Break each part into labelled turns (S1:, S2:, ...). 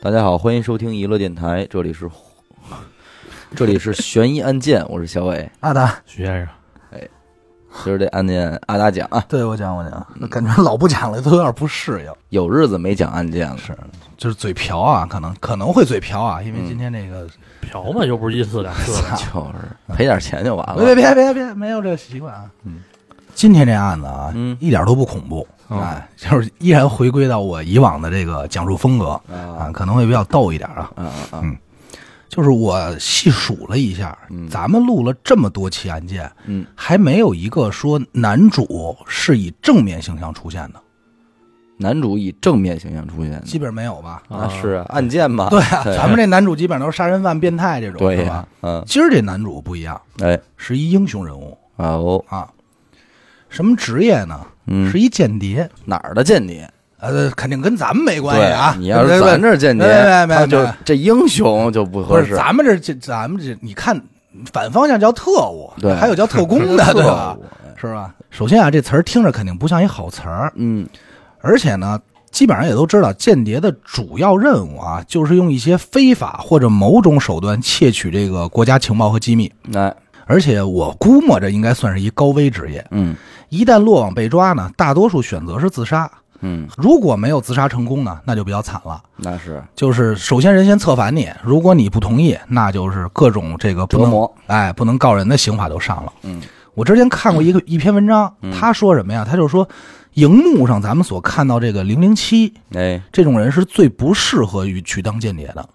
S1: 大家好，欢迎收听娱乐电台，这里是 这里是悬疑案件，我是小伟。
S2: 阿达，
S3: 徐先生，
S1: 今儿这案件阿达讲啊，
S2: 对我讲我讲，感觉老不讲了，都有点不适应。
S1: 有日子没讲案件了，
S2: 是，就是嘴瓢啊，可能可能会嘴瓢啊，
S1: 嗯
S2: 因为今天这个，
S3: 嫖嘛，又不是一次两次的。
S2: 啊
S1: 就是赔点钱就完
S2: 别别
S1: 了。
S2: 别别别，没有这习惯啊。
S1: 嗯，
S2: 今天这案子啊，
S1: 嗯哦
S2: 一点都不恐怖，
S3: 嗯
S2: 哎，就是依然回归到我以往的这个讲述风格啊，
S1: 啊
S2: 可能会比较逗一点啊。
S1: 啊啊！
S2: 就是我细数了一下，咱们录了这么多期案件，
S1: 嗯，
S2: 还没有一个说男主是以正面形象出现的，
S1: 嗯男主以正面形象出现的，
S2: 基本上没有吧？
S1: 啊是啊案件嘛？
S2: 对啊，咱们这男主基本上都是杀人犯、变态这种，
S1: 对
S2: 是
S1: 呀
S2: 吧？，
S1: 嗯，
S2: 今儿这男主不一样，
S1: 哎，
S2: 是一英雄人物
S1: 啊哦，
S2: 啊。什么职业呢？
S1: 嗯，
S2: 是一间谍。
S1: 哪儿的间谍？
S2: 呃，肯定跟咱们没关系
S1: 对
S2: 啊。
S1: 你要是
S2: 对对
S1: 咱这儿间谍，
S2: 没没没
S1: 他就
S2: 没
S1: 这英雄就不
S2: 不
S1: 合
S2: 是
S1: 适。
S2: 咱们这这咱们这，你看反方向叫特务，
S1: 对
S2: 还有叫特工 的，对吧
S1: 特务？
S2: 是吧？首先啊，这词儿听着肯定不像一好词儿，
S1: 嗯
S2: 而且呢，基本上也都知道，间谍的主要任务啊，就是用一些非法或者某种手段窃取这个国家情报和机密。
S1: 哎，
S2: 而且我估摸着应该算是一高危职业，
S1: 嗯
S2: 一旦落网被抓呢，大多数选择是自杀。
S1: 嗯，
S2: 如果没有自杀成功呢，那就比较惨了。
S1: 那是
S2: 就是首先人先策反你，如果你不同意，那就是各种这个不
S1: 折
S2: 能
S1: 磨。
S2: 哎不能告人的刑法就上了。
S1: 嗯，
S2: 我之前看过一个一篇文章，他说什么呀？他就说，荧幕上咱们所看到这个零零七
S1: 哎，
S2: 这种人是最不适合于去当间谍的，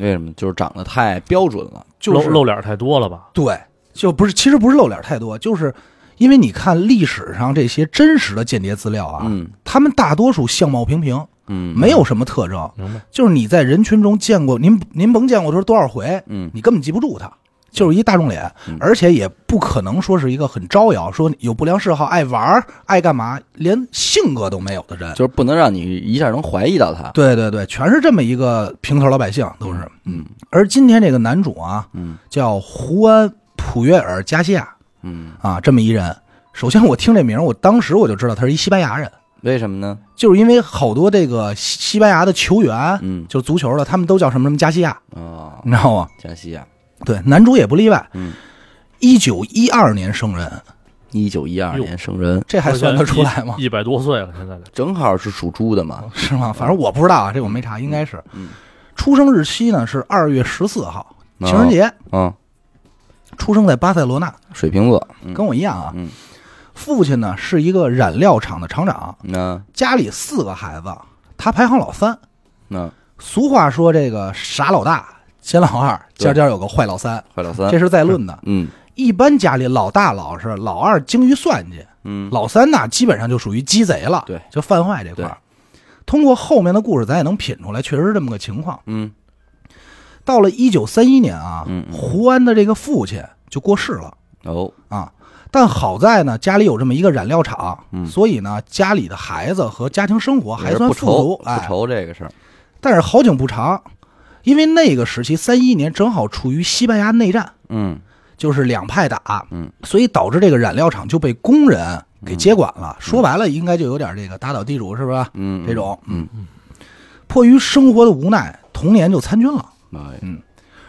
S1: 为什么？就是长得太标准了。
S2: 就是
S3: 露露脸太多了吧？
S2: 对，就不是，其实不是露脸太多，就是因为你看历史上这些真实的间谍资料啊，
S1: 嗯
S2: 他们大多数相貌平平，
S1: 嗯，
S2: 没有什么特征，
S3: 明白？
S2: 就是你在人群中见过，您您甭见过说多少回，
S1: 嗯
S2: 你根本记不住他。就是一大众脸，而且也不可能说是一个很招摇，说有不良嗜好、爱玩儿、爱干嘛，连性格都没有的人。
S1: 就是不能让你一下能怀疑到他。
S2: 对对对，全是这么一个平头老百姓，都是。
S1: 嗯
S2: 而今天这个男主啊，
S1: 嗯
S2: 叫胡安·普约尔·加西亚，
S1: 嗯，
S2: 啊，这么一人。首先，我听这名儿，我当时我就知道他是一西班牙人，
S1: 为什么呢？
S2: 就是因为好多这个西西班牙的球员，
S1: 嗯
S2: 就是足球的，他们都叫什么什么加西亚，
S1: 啊，
S2: 你知道吗？
S1: 加西亚，
S2: 对，男主也不例外。
S1: 嗯，
S2: 一九一二年生人，
S1: 一九一二
S3: 哟
S1: 年生人，
S2: 这还算得出来吗？
S3: 一百多岁了，现在
S1: 正好是属猪的嘛。
S2: 是吗？反正我不知道啊，这我没查，应该是。
S1: 嗯
S2: 出生日期呢是二月十四号，情人节，
S1: 嗯，
S2: 出生在巴塞罗那，
S1: 水瓶座。嗯
S2: 跟我一样啊。
S1: 嗯
S2: 父亲呢是一个染料厂的厂长，
S1: 那
S2: 家里四个孩子，他排行老三。
S1: 那
S2: 俗话说这个傻老大奸老二，
S1: 对
S2: 家家有个坏老三，
S1: 坏老三
S2: 这。是在论的。
S1: 嗯
S2: 一般家里老大老实，老二精于算计，
S1: 嗯
S2: 老三呐基本上就属于鸡贼了，
S1: 对，
S2: 就犯坏这块
S1: 对
S2: 儿。通过后面的故事，咱也能品出来，确实是这么个情况。
S1: 嗯
S2: 到了一九三一年啊，
S1: 嗯嗯
S2: 胡安的这个父亲就过世了
S1: 哦
S2: 啊。但好在呢，家里有这么一个染料厂，
S1: 嗯
S2: 所以呢，家里的孩子和家庭生活还
S1: 也是
S2: 算
S1: 不
S2: 富
S1: 愁
S2: 足，
S1: 不
S2: 哎，
S1: 愁这个事儿。
S2: 但是好景不长，因为那个时期三一年正好处于西班牙内战，
S1: 嗯
S2: 就是两派打，
S1: 嗯，
S2: 所以导致这个染料厂就被工人给接管了。说白了，应该就有点这个打倒地主是不是？
S1: 嗯，
S2: 这种，
S1: 嗯
S2: 迫于生活的无奈，童年就参军了。
S1: 哎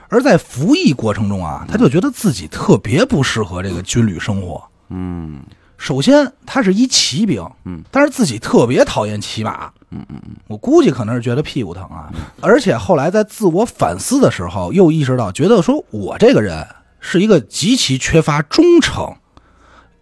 S2: 而在服役过程中啊，他就觉得自己特别不适合这个军旅生活。
S1: 嗯
S2: 首先，他是一骑兵，
S1: 嗯，
S2: 但是自己特别讨厌骑马，嗯嗯嗯，我估计可能是觉得屁股疼啊。而且后来在自我反思的时候，又意识到，觉得说我这个人是一个极其缺乏忠诚，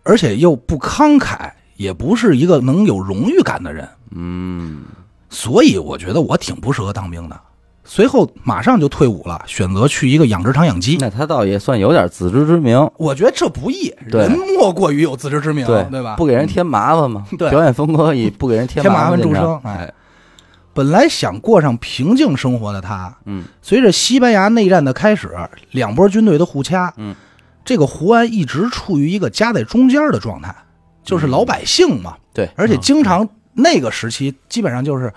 S2: 而且又不慷慨，也不是一个能有荣誉感的人，
S1: 嗯
S2: 所以我觉得我挺不适合当兵的。随后马上就退伍了，选择去一个养殖场养鸡。
S1: 那他倒也算有点自知之明，
S2: 我觉得这不易，
S1: 对
S2: 人莫过于有自知之明，
S1: 对
S2: 吧？嗯
S1: 不给人添麻烦嘛。
S2: 对
S1: 表演风格也不给人添
S2: 添
S1: 麻
S2: 麻烦
S1: 这
S2: 助
S1: 样
S2: 生
S1: 哎，
S2: 本来想过上平静生活的他，
S1: 嗯，
S2: 随着西班牙内战的开始，两波军队的互掐，
S1: 嗯，
S2: 这个胡安一直处于一个夹在中间的状态，就是老百姓嘛，
S1: 嗯对
S2: 而且经常那个时期基本上就是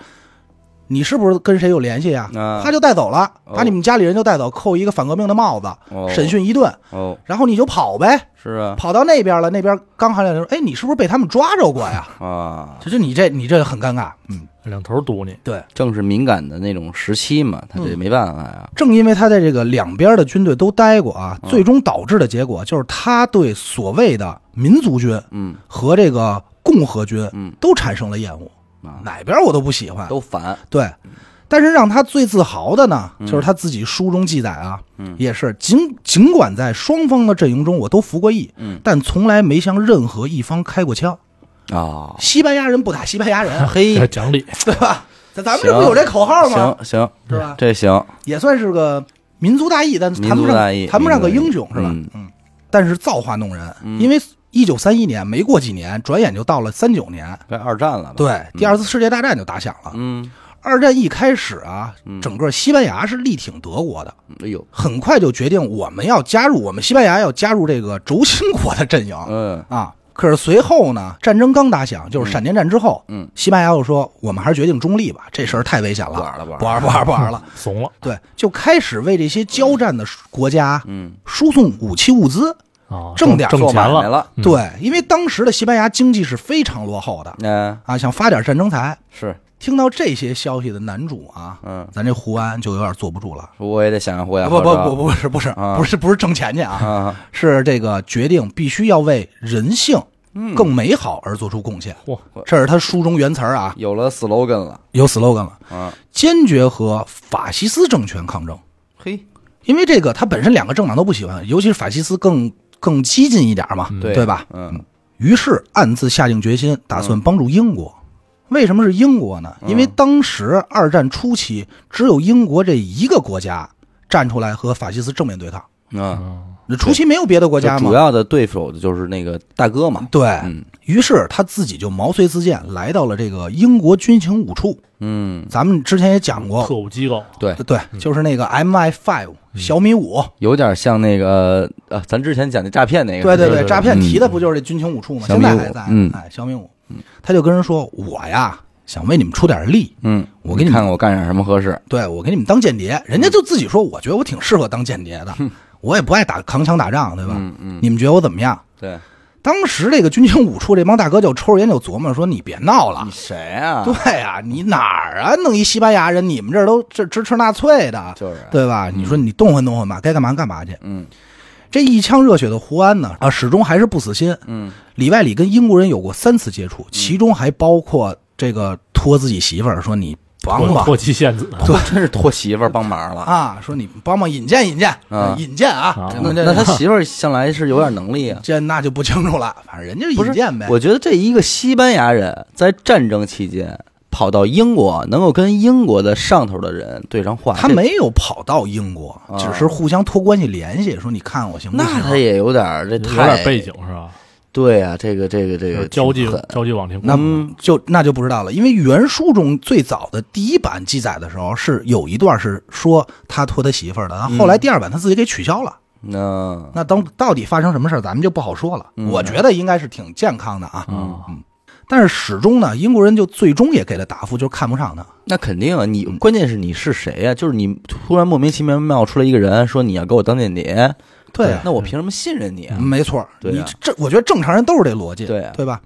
S2: 你是不是跟谁有联系呀、
S1: 啊
S2: 他就带走了，
S1: 哦
S2: 把你们家里人就带走，扣一个反革命的帽子，
S1: 哦
S2: 审讯一顿，
S1: 哦，
S2: 然后你就跑呗，
S1: 是啊
S2: 跑到那边了，那边刚喊两声，哎，你是不是被他们抓着过呀？
S1: 啊，
S2: 就是你这你这很尴尬，嗯，
S3: 两头堵你，
S1: 正是敏感的那种时期嘛，他这
S2: 嗯
S1: 没办法呀。
S2: 正因为他在这个两边的军队都待过啊，
S1: 嗯
S2: 最终导致的结果就是他对所谓的民族军
S1: 嗯
S2: 和这个共和军
S1: 嗯
S2: 都产生了厌恶，
S1: 啊，
S2: 哪边我都不喜欢。
S1: 都嗯烦。
S2: 对，但是让他最自豪的呢，就是他自己书中记载啊，
S1: 嗯
S2: 也是尽尽管在双方的阵营中我都服过役，
S1: 嗯
S2: 但从来没向任何一方开过枪。
S1: 啊，
S2: 西班牙人不打西班牙 人，
S1: 嘿
S3: 这讲理，
S2: 对吧？咱咱们这不有这口号吗？
S1: 行行，
S2: 对吧？
S1: 这行，
S2: 也算是个民族大义，但是
S1: 民
S2: 谈不
S1: 族大义
S2: 上谈不上个
S1: 民族大义
S2: 英雄是吧？
S1: 嗯
S2: 嗯，但是造化弄人，
S1: 嗯
S2: 因为一九三一年没过几年，转眼就到了三九年，
S1: 该二战了吧？，
S2: 对，第二次世界大战就打响了。
S1: 嗯，
S2: 二战一开始啊，
S1: 嗯
S2: 整个西班牙是力挺德国的，
S1: 哎呦，
S2: 很快就决定我们要加入我们西班牙要加入这个轴心国的阵营
S1: 嗯
S2: 啊。可是随后呢，战争刚打响，就是闪电战之后，
S1: 嗯，
S2: 西班牙又说我们还是决定中立吧，这事儿太危险了，
S1: 不玩了不玩了
S2: 不玩不玩不玩了。
S3: 怂 了
S2: 对，就开始为这些交战的国家
S1: 嗯，
S2: 输送武器物资。
S3: 啊，
S2: 挣点儿
S3: 挣
S1: 做
S3: 钱
S1: 买卖
S3: 了，
S1: 了，
S3: 嗯
S2: 对，因为当时的西班牙经济是非常落后的
S1: 嗯，
S2: 啊，想发点战争财。
S1: 是，
S2: 听到这些消息的男主啊，
S1: 嗯，
S2: 咱这胡安就有点坐不住了。
S1: 我也得想想回来。
S2: 不不
S1: 是吧
S2: 不不是不是
S1: 啊
S2: 不是不是挣钱去 啊，
S1: 啊，
S2: 是这个决定必须要为人性
S1: 嗯，
S2: 更美好而做出贡献。
S3: 嚯，
S2: 这是他书中原词儿啊，
S1: 有了 slogan 了
S2: 有 slogan 了，
S1: 啊，
S2: 坚决和法西斯政权抗争。
S1: 嘿，
S2: 因为这个他本身两个政党都不喜欢，尤其是法西斯更更激进一点嘛，
S1: 对
S2: 对吧？
S1: 嗯
S2: 于是暗自下定决心，打算帮助英国。为什么是英国呢？
S1: 嗯
S2: 因为当时二战初期只有英国这一个国家站出来和法西斯正面对抗，
S1: 啊，
S3: 嗯，
S2: 那初期没有别的国
S1: 就
S2: 家
S1: 主
S2: 嘛。
S1: 要的对手就是那个大哥嘛，
S2: 对，
S1: 嗯
S2: 于是他自己就毛遂自荐，来到了这个英国军情五处。
S1: 嗯，
S2: 咱们之前也讲过
S3: 特，务机构，
S1: 对，
S2: 对，就是那个 MI Five
S1: 嗯
S2: 小米五，
S1: 有点像那个呃，咱之前讲的诈骗那个，
S2: 对
S3: 对
S2: 对，
S3: 对
S2: 诈骗
S1: 嗯
S2: 提的不就是这军情五处吗？
S1: 小
S2: 现
S1: 米
S2: 在
S1: 五
S2: 还在，
S1: 嗯
S2: 哎，小米五，他就跟人说，我呀想为你们出点力，
S1: 嗯，
S2: 我给你
S1: 看看我干点什么合适，
S2: 对我给你们当间谍，人家就自己说，我觉得我挺适合当间谍的， 我也不爱打扛枪打仗，对吧？
S1: 嗯嗯，
S2: 你们觉得我怎么样？
S1: 对
S2: 当时这个军情五处这帮大哥就抽着烟就琢磨说，你别闹了
S1: 你。谁啊？
S2: 对呀、你哪儿啊？弄一西班牙人，你们这儿都这支持纳粹的，
S1: 就是啊，
S2: 对吧？你说你动换动换吧，该干嘛干嘛去。
S1: 嗯
S2: 这一腔热血的胡安呢，啊，始终还是不死心，
S1: 嗯，
S2: 里外里跟英国人有过三次接触，其中还包括这个托自己媳妇儿说你帮
S3: 唾
S2: 帮
S3: 唾弃仙子，
S1: 我 真是托媳妇儿帮忙了。
S2: 啊，说你帮帮引荐引荐
S1: 啊
S2: 引荐啊
S3: 啊，
S2: 那
S1: 那
S2: 这
S1: 那他媳妇儿向来是有点能力啊，
S2: 这那就不清楚了，反正人家是
S1: 不是
S2: 引荐呗。
S1: 我觉得这一个西班牙人在战争期间跑到英国，能够跟英国的上头的人对上话，
S2: 他
S1: 这
S2: 没有跑到英国，
S1: 啊
S2: 只是互相托关系联系，说你看我行不啊行？
S1: 那他也有点儿这
S3: 有
S1: 太
S3: 点背景是吧？
S1: 对啊，这个这个这
S3: 有
S1: 个
S3: 交际
S1: 挺狠
S3: 交际网挺
S2: 那
S3: 广
S1: 嗯
S2: 就那就不知道了，因为原书中最早的第一版记载的时候是有一段是说他托他媳妇儿的，
S1: 嗯
S2: 后来第二版他自己给取消了。
S1: 那
S2: 那当到底发生什么事儿，咱们就不好说了。
S1: 嗯
S2: 我觉得应该是挺健康的啊，
S3: 啊，
S2: 但是始终呢，英国人就最终也给了答复，就是看不上他。
S1: 那肯定啊，你关键是你是谁呀、就是你突然莫名其妙出来一个人说你要给我当间谍，
S2: 对嗯
S1: 那我凭什么信任你啊？
S2: 没错，
S1: 啊对啊
S2: 你这我觉得正常人都是这逻辑，
S1: 对啊
S2: 吧？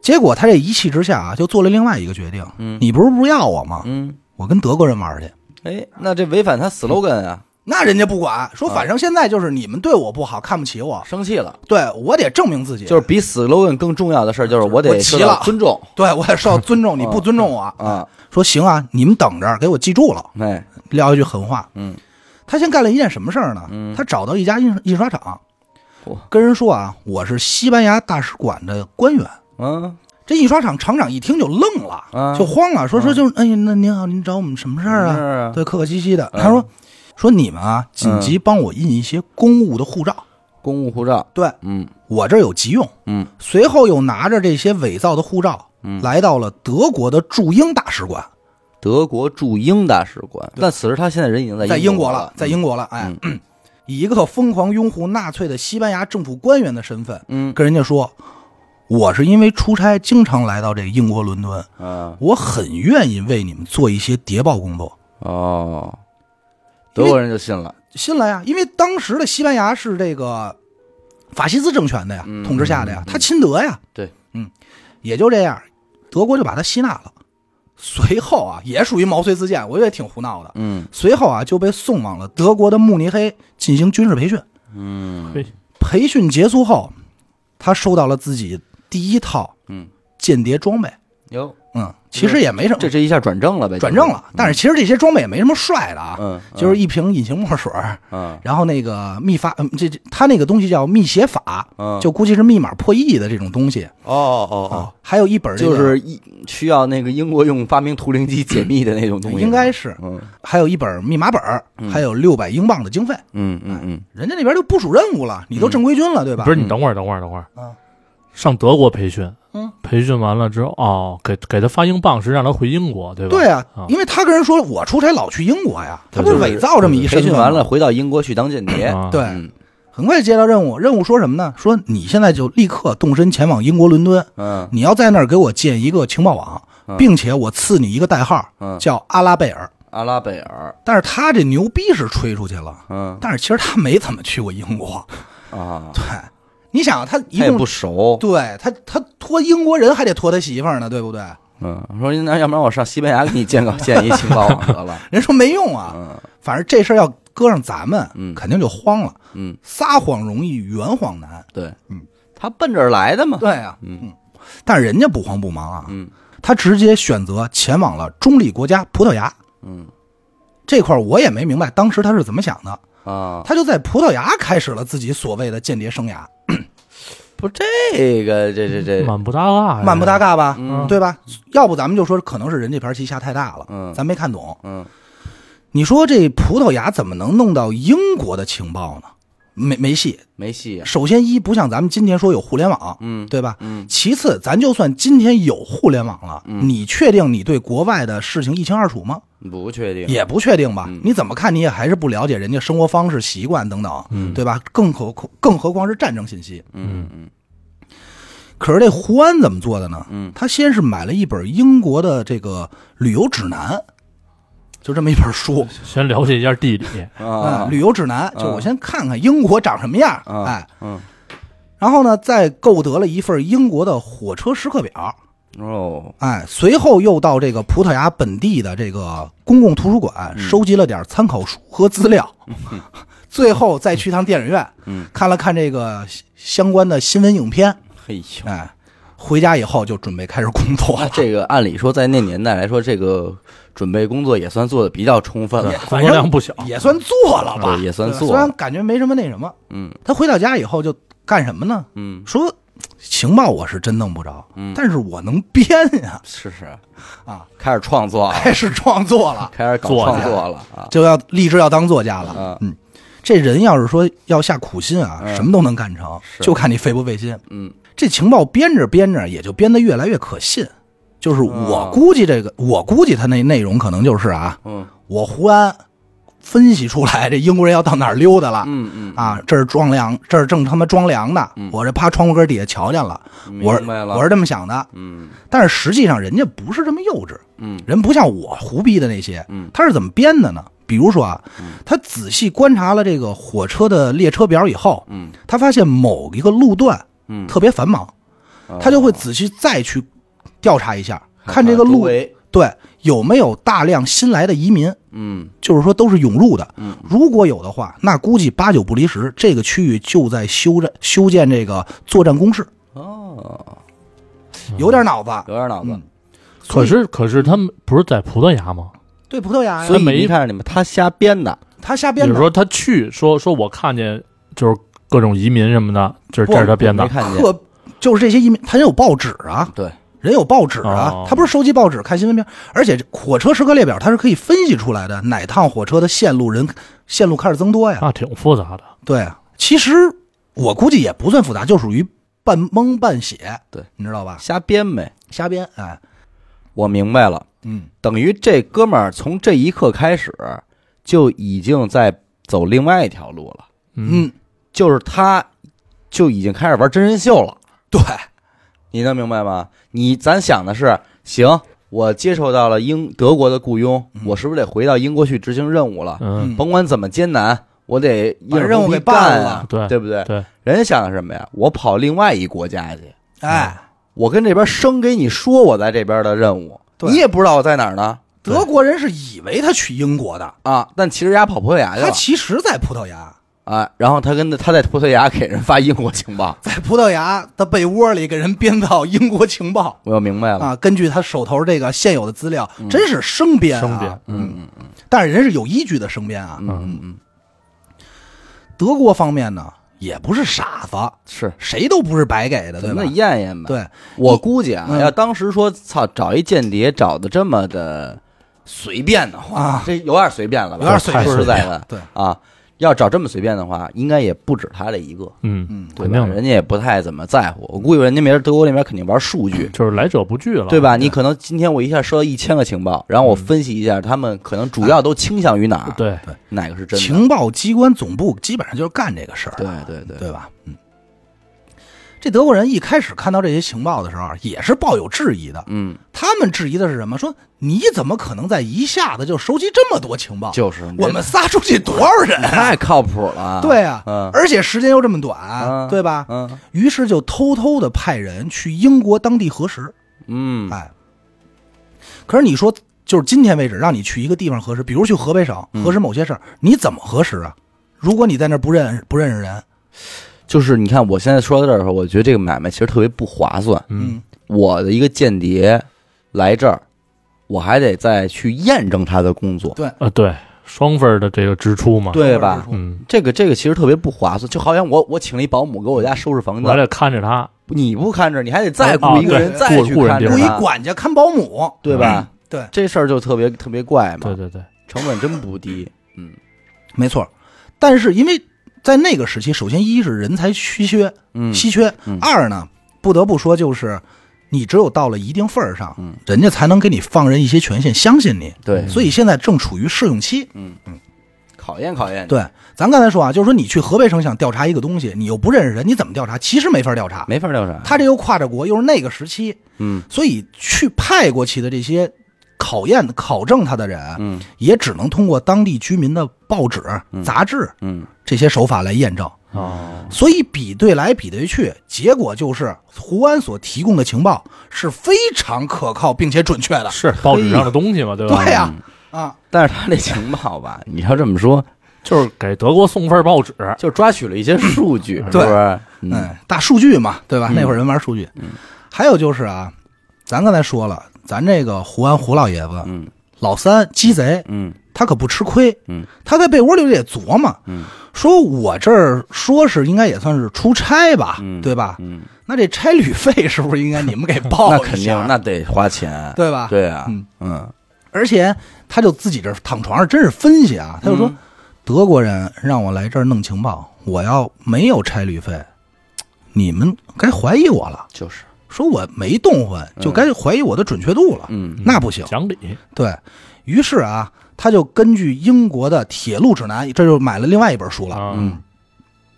S2: 结果他这一气之下啊，就做了另外一个决定。
S1: 嗯
S2: 你不是不要我吗？
S1: 嗯，
S2: 我跟德国人玩去。
S1: 哎，那这违反他 slogan 啊，
S2: 那人家不管，说反正现在就是你们对我不好，看不起我，
S1: 生气了。
S2: 对我得证明自己，
S1: 就是比 slogan 更重要的事儿，就是我
S2: 我
S1: 得受
S2: 急
S1: 到
S2: 了
S1: 尊重
S2: 对我得受 到尊重，你不尊重我，
S1: 啊！
S2: 说行啊，你们等着，给我记住了，
S1: 哎，
S2: 撂一句狠话，
S1: 嗯，
S2: 他先干了一件什么事儿呢？他找到一家印印刷厂
S1: 嚯，
S2: 跟人说啊，我是西班牙大使馆的官员。
S1: 嗯
S2: 这印刷厂厂长一听就愣了，
S1: 啊
S2: 就慌了，说说就哎呀，那您好，您找我们什么事儿
S1: 什么事儿啊
S2: 对，客客气气的。
S1: 嗯
S2: 他说说你们啊，紧急帮我印一些公务的护照，
S1: 公务护照，
S2: 对
S1: 嗯
S2: 我这儿有急用。
S1: 嗯，
S2: 随后又拿着这些伪造的护照，来到了德国的驻英大使馆。
S1: 德国驻英大使馆。但此时他现在人已经在
S2: 在
S1: 英
S2: 英国
S1: 了嗯
S2: 了，，在英国了，哎， 以一个疯狂拥护纳粹的西班牙政府官员的身份，
S1: 嗯
S2: 跟人家说，我是因为出差经常来到这个英国伦敦，
S1: 嗯，
S2: 我很愿意为你们做一些谍报工作。
S1: 哦，德国人就信了，
S2: 信了啊呀，因为当时的西班牙是这个法西斯政权的呀，
S1: 嗯
S2: 统治下的呀
S1: 嗯，嗯
S2: 他亲德呀。
S1: 对，
S2: 嗯，也就这样，德国就把他吸纳了。随后啊，也属于毛遂自荐，我觉得挺胡闹的。
S1: 嗯
S2: 随后啊，就被送往了德国的慕尼黑进行军事培训。
S1: 嗯
S3: 嘿，
S2: 培训结束后，他收到了自己第一套
S1: 嗯，
S2: 间谍装备。
S1: 哟，
S2: 嗯，其实也没什么，
S1: 这这一下转正了呗，
S2: 转正了。但是其实这些装备也没什么帅的啊，
S1: 嗯，嗯，
S2: 就是一瓶隐形墨水儿，
S1: 嗯
S2: 然后那个密发，嗯，这这他那个东西叫密写法，
S1: 嗯，
S2: 就估计是密码破译的这种东西
S1: 哦哦哦，，
S2: 还有一本这啊
S1: 就
S2: 个
S1: 是一需要那个英国用发明图灵机解密的那种东西，
S2: 应该是
S1: 嗯，
S2: 还有一本密码本儿，还有六百英镑的经费，
S1: 嗯
S2: 哎
S1: 嗯嗯
S2: 人家那边就部署任务了，你都正规军了，对吧？
S3: 不是你等会儿，等会儿，等会儿
S2: 嗯啊，
S3: 上德国培训，
S2: 嗯，
S3: 培训完了之后，哦，给给他发英镑是让他回英国，对吧？
S2: 对啊
S3: 啊，
S1: 哦
S2: 因为他跟人说我出差老去英国呀，他
S3: 对
S2: 不是
S3: 就是
S2: 伪造这么一
S1: 培
S2: 身
S1: 训
S2: 份
S1: 完
S2: 吗
S1: 了，回到英国去当间谍，
S3: 啊，
S2: 对，
S1: 嗯
S2: 很快接到任务，任务说什么呢？说你现在就立刻动身前往英国伦敦，
S1: 嗯
S2: 你要在那儿给我建一个情报
S1: 嗯
S2: 网，并且我赐你一个代号
S1: 嗯，
S2: 叫阿拉贝尔。
S1: 阿拉贝尔，
S2: 但是他这牛逼是吹出去了，
S1: 嗯
S2: 但是其实他没怎么去过英国。
S1: 啊，
S2: 对，你想啊他一
S1: 他也
S2: 共
S1: 不熟，
S2: 对他他托英国人还得托他媳妇儿呢，对不对？
S1: 嗯，说那要不然我上西班牙给你 建个建一情报网得了，
S2: 人说没用啊，
S1: 嗯
S2: 反正这事儿要搁上咱们，
S1: 嗯
S2: 肯定就慌了。
S1: 嗯，
S2: 撒谎容易，圆谎难。
S1: 对，
S2: 嗯，
S1: 他奔这儿来的嘛，
S2: 对啊，
S1: 嗯
S2: 但是人家不慌不忙啊，
S1: 嗯
S2: 他直接选择前往了中立国家葡萄牙
S1: 嗯
S2: 这块，我也没明白当时他是怎么想的。
S1: 啊，
S2: 他就在葡萄牙开始了自己所谓的间谍生涯，
S1: 不这个这这这，
S3: 满不搭啊嘎呀，
S2: 满不搭嘎吧？
S1: 哎嗯
S2: 对吧？要不咱们就说可能是人这盘棋下太大了，
S1: 嗯
S2: 咱没看懂。
S1: 嗯
S2: 你说这葡萄牙怎么能弄到英国的情报呢？没没戏。
S1: 没戏，啊
S2: 首先一不像咱们今天说有互联网，
S1: 嗯
S2: 对吧？
S1: 嗯
S2: 其次，咱就算今天有互联网了，你确定你对国外的事情一清二楚吗？
S1: 不确定，
S2: 也不确定吧？
S1: 嗯
S2: 你怎么看你也还是不了解人家生活方式、习惯等等，
S3: 嗯
S2: 对吧？更何况更何况是战争信息。
S1: 嗯嗯
S2: 可是这胡安怎么做的呢？
S1: 嗯，
S2: 他先是买了一本英国的这个旅游指南，就这么一本书。
S3: 先了解一下 地理，
S2: 啊，
S1: 啊
S2: 旅游指南，就我先看看英国长什么样，
S1: 啊
S2: 哎，
S1: 嗯
S2: 然后呢，再购得了一份英国的火车时刻表，
S1: 哦
S2: 哎，随后又到这个葡萄牙本地的这个公共图书馆
S1: 嗯
S2: 收集了点参考书和资 料，最后再去趟电影院，
S1: 嗯
S2: 看了看这个相关的新闻影片，
S1: 嘿 呦。
S2: 哎，回家以后就准备开始工作
S1: 那
S2: 了。
S1: 嗯啊这个按理说，在那年代来说，这个准备工作也算做的比较充分了。
S3: 工作量不小，
S2: 也算做了吧，
S1: 对啊也算
S2: 对吧
S1: 做
S2: 虽
S1: 了
S2: 然感觉没什么那什么，
S1: 嗯
S2: 他回到家以后就干什么呢？
S1: 嗯，
S2: 说情报我是真弄不着，
S1: 嗯
S2: 但是我能编呀，
S1: 是是
S2: 啊，
S1: 开始创作了，
S2: 开始创作了，
S1: 开始搞
S3: 作
S1: 创
S3: 家
S1: 作了啊。
S2: 就要立志要当作家了。
S1: 啊，
S2: 嗯，这人要是说要下苦心啊，
S1: 嗯
S2: 什么都能干成，
S1: 是
S2: 就看你费不费心。
S1: 嗯
S2: 这情报编着编着，也就编得越来越可信。就是我
S1: 啊
S2: 估计这个，我估计他那内容可能就是啊，
S1: 嗯
S2: 我胡安分析出来这英国人要到哪儿溜达了。
S1: 嗯嗯，
S2: 啊，这是装粮，这是正他妈装粮的。
S1: 嗯
S2: 我这趴窗户根底下瞧见了，我是
S1: 明白了。
S2: 我是这么想的。
S1: 嗯
S2: 但是实际上人家不是这么幼稚，
S1: 嗯
S2: 人不像我胡逼的那些，
S1: 嗯
S2: 他是怎么编的呢？比如说啊，他仔细观察了这个火车的列车表以后，
S1: 嗯
S2: 他发现某一个路段
S1: 嗯，哦
S2: 特别繁忙，他就会仔细再去调查一下，看这个
S1: 周
S2: 路
S1: 围
S2: 对有没有大量新来的移民，
S1: 嗯
S2: 就是说都是涌入的。
S1: 嗯
S2: 如果有的话，那估计八九不离十，这个区域就在修建修建这个作战工事，
S1: 哦，
S2: 有点脑子。
S1: 有点脑子
S2: 嗯。
S3: 可是可是他们不是在葡萄牙吗？
S2: 对葡萄牙
S1: 所
S2: 哎呀，
S1: 以
S3: 没
S1: 你看你们，他瞎编的。
S2: 他瞎
S3: 比
S2: 编
S3: 如
S2: 的，
S3: 说他去说说我看见就是各种移民什么的，就是这是他编
S1: 没
S3: 的，
S1: 看 见。
S2: 可就是这些移民，他有报纸啊，
S1: 对，
S2: 人有报纸啊，
S3: 哦
S2: 他不是收集报纸看新闻片，而且这火车时刻列表它是可以分析出来的，哪趟火车的线路人线路开始增多呀？
S3: 那挺复杂的。
S2: 对啊，其实我估计也不算复杂，就属于半蒙半写，
S1: 对，
S2: 你知道吧？
S1: 瞎编呗。
S2: 瞎编，哎，
S1: 我明白了，
S2: 嗯，
S1: 等于这哥们儿从这一刻开始就已经在走另外一条路了。
S3: 嗯
S2: 嗯，
S1: 就是他就已经开始玩真人秀了。
S2: 对，
S1: 你能明白吗？你咱想的是，行，我接受到了英德国的雇佣，
S2: 嗯
S1: 我是不是得回到英国去执行任务了？
S3: 嗯，
S1: 甭管怎么艰难，我得
S2: 把
S1: 硬着
S2: 任务
S1: 头皮
S2: 给办
S1: 干
S2: 了
S1: 啊，
S3: 对
S1: 对不对？
S3: 对，
S1: 人家想的什么呀？我跑另外一国家去，
S2: 哎，
S1: 我跟这边生给你说我在这边的任务，
S2: 对
S1: 你也不知道我在哪儿呢
S3: 对
S2: 德国人是以为他去英国的，
S1: 啊！但其实人家跑葡萄牙去
S2: 他
S1: 了
S2: 其实在葡萄牙，
S1: 啊，然后他跟他在葡萄牙给人发英国情报，
S2: 在葡萄牙的被窝里给人编造英国情报
S1: 我又明白了。
S2: 啊，根据他手头这个现有的资料，
S1: 嗯
S2: 真是生编啊，
S3: 生编
S2: 嗯嗯嗯，但是人是有依据的生编啊。
S1: 嗯嗯嗯，
S2: 德国方面呢，也不是傻子，
S1: 是，
S2: 谁都不是白给的，对
S1: 咱
S2: 吧
S1: 们？验验吧。
S2: 对，
S1: 我估计啊，
S2: 嗯
S1: 要当时说操找一间谍找的这么的随便的话，
S2: 啊
S1: 这有点随便了吧？
S2: 有点随便
S1: 说实在的，
S2: 对
S1: 啊，要找这么随便的话，应该也不止他这一个，
S3: 嗯，
S2: 嗯，
S1: 对
S3: 肯
S1: 吧？
S3: 定的，
S1: 人家也不太怎么在乎。我估计人家没人德国那边肯定玩数 据，
S3: 就是来者不拒了，
S1: 对吧？你可能今天我一下收到一千个情报，然后我分析一下，他们可能主要都倾向于哪儿，
S3: 嗯对？
S1: 哪个是真的？
S2: 情报机关总部基本上就是干这个事儿的，
S1: 对对对，
S2: 对吧？嗯，这德国人一开始看到这些情报的时候啊，也是抱有质疑的。
S1: 嗯，
S2: 他们质疑的是什么？说你怎么可能在一下子就收集这么多情报？
S1: 就是
S2: 我们仨出去多少人啊？
S1: 太靠谱 了，
S2: 对啊，
S1: 嗯
S2: 而且时间又这么
S1: 嗯
S2: 短，对吧？
S1: 嗯
S2: 于是就偷偷的派人去英国当地核实。
S1: 嗯
S2: 哎，可是你说，就是今天为止，让你去一个地方核实，比如去河北省
S1: 嗯
S2: 核实某些事儿，你怎么核实啊？如果你在那儿不认不认识人，
S1: 就是你看，我现在说到这儿的时候，我觉得这个买卖其实特别不划算。
S3: 嗯，
S1: 我的一个间谍来这儿，我还得再去验证他的工作，
S3: 啊，对，双份儿的这个支出嘛，
S1: 对吧？
S3: 嗯，
S1: 这个这个其实特别不划算，就好像我我请了一保姆给我家收拾房
S3: 我还
S1: 子，
S3: 得看着他，
S1: 你不看着，你还得再雇
S3: 哦
S1: 一个人
S3: 对
S1: 再去
S3: 雇雇人
S1: 看着
S3: 地
S2: 雇
S3: 方啊嗯
S2: 一
S1: 他，
S2: 管家看保姆，
S1: 对吧？
S2: 对，
S1: 这事儿就特别特别怪
S3: 对
S1: 嘛，
S3: 对对，
S1: 成本真不低。嗯
S2: 没错。但是因为在那个时期，首先一是人才稀缺，
S1: 嗯
S2: 稀缺；
S1: 嗯
S2: 二呢，不得不说就是。你只有到了一定份儿上，
S1: 嗯
S2: 人家才能给你放任一些权限，相信你。
S1: 对，嗯
S2: 所以现在正处于试用期，
S1: 考验考验你，
S2: 对，咱刚才说啊，就是说你去河北省想调查一个东西，你又不认识人，你怎么调查？其实没法调查。
S1: 没法调查。
S2: 他这又跨着国，又是那个时期，
S1: 嗯
S2: 所以去派过去的这些考验、考证他的人，
S1: 嗯
S2: 也只能通过当地居民的报纸、杂志
S1: 嗯
S2: 这些手法来验证。
S3: 哦，
S2: 所以比对来比对去，结果就是胡安所提供的情报是非常可靠并且准确的。
S3: 是报纸上的东西嘛，对吧？
S2: 对呀、啊，
S1: 但是他这情报 吧，你要这么说，
S3: 就是给德国送份儿报纸，
S1: 就抓取了一些数据，是不
S2: 对
S1: 是？嗯
S2: 嗯，大数据嘛，对吧？那会儿人玩数据。还有就是啊，咱刚才说了，咱这个胡安胡老爷子，
S1: 嗯
S2: 老三鸡贼，
S1: 嗯
S2: 他可不吃亏。
S1: 嗯，
S2: 他在被窝里也琢磨，
S1: 嗯，
S2: 说我这儿说是应该也算是出差吧，
S1: 嗯
S2: 对吧？
S1: 嗯，
S2: 那这差旅费是不是应该你们给报一
S1: 那
S2: 下？
S1: 肯定，那得花钱，
S2: 对吧？。
S1: 对啊，
S2: 嗯
S1: 嗯，
S2: 而且他就自己这躺床上真是分析啊，他就说、
S1: 嗯
S2: 德国人让我来这儿弄情报，我要没有差旅费，你们该怀疑我了。
S1: 就是，
S2: 说我没动换，就该怀疑我的准确度了。
S1: 嗯
S2: 那不行，
S3: 讲理，
S2: 对于是啊，他就根据英国的铁路指南，这就买了另外一本书了，
S3: 啊，
S1: 嗯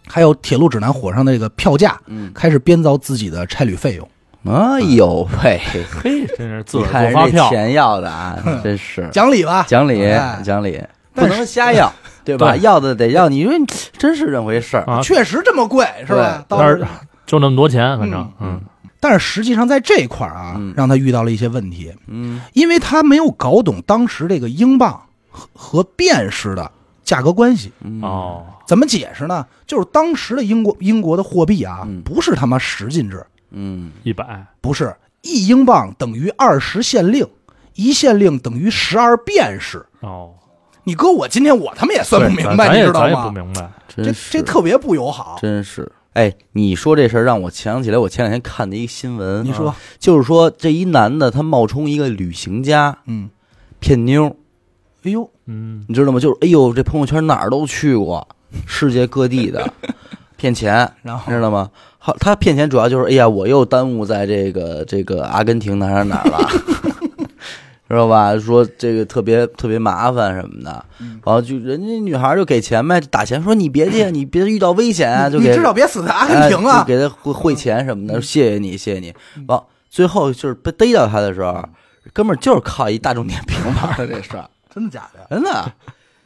S2: 还有铁路指南火上的这个票价，
S1: 嗯，
S2: 开始编造自己的差旅费用。
S1: 哎呦喂，
S3: 嘿，真是自
S1: 你
S3: 个
S1: 看人
S3: 儿做发
S1: 这
S3: 票，嗯
S1: 钱要的啊，真是
S2: 讲理吧，
S1: 讲理
S2: 哎
S1: 讲理，不
S2: 但是
S1: 能瞎要，对吧？
S3: 对
S1: 要的得要，你说你真是这回事儿，
S3: 啊
S2: 确实这么贵是吧？
S1: 对
S2: 到
S3: 但是就那么多钱，反正，嗯，
S2: 但是实际上在这块儿啊，
S1: 嗯
S2: 让他遇到了一些问题，
S1: 嗯
S2: 因为他没有搞懂当时这个英镑和和便士的价格关系。
S1: 嗯，
S3: 哦，
S2: 怎么解释呢？就是当时的英国英国的货币啊
S1: 嗯，
S2: 不是他妈十进制，
S1: 嗯
S3: 一百，
S2: 不是一英镑等于二十县令，一县令等于十二便士。
S3: 哦，
S2: 你搁我今天我他妈也算不
S1: 哎
S2: 明
S3: 咱
S2: 白，你
S3: 也
S2: 知道
S3: 咱也不
S2: 吗？
S3: 明白，
S2: 这
S1: 真是
S2: 这特别不友好。
S1: 真是。哎，你说这事儿让我想起来，我前两天看的一个新闻，啊
S2: 你说，
S1: 就是说这一男的他冒充一个旅行家
S2: 嗯，
S1: 骗妞儿，
S2: 哎呦，
S3: 嗯，
S1: 你知道吗？就是哎呦，这朋友圈哪儿都去 过，世界各地的，骗钱，
S2: 然后
S1: 你知道吗？好，他骗钱主 要就是哎呀，我又耽误在这个这个阿根廷哪儿哪儿哪儿了，知道吧？说这个特别特别麻烦什么的，
S2: 嗯
S1: 然后就人家女孩就给钱呗，打钱说你别去，你别遇到危险啊，就
S2: 你
S1: 给
S2: 至少别死在阿根
S1: 哎
S2: 廷啊
S1: 就！给他汇汇钱什么
S3: 嗯
S1: 的，谢谢你，谢谢你。完，最后就是被逮到他的时候，啊哥们儿就是靠一大众点评玩的这事儿，
S2: 真的假的？
S1: 真的，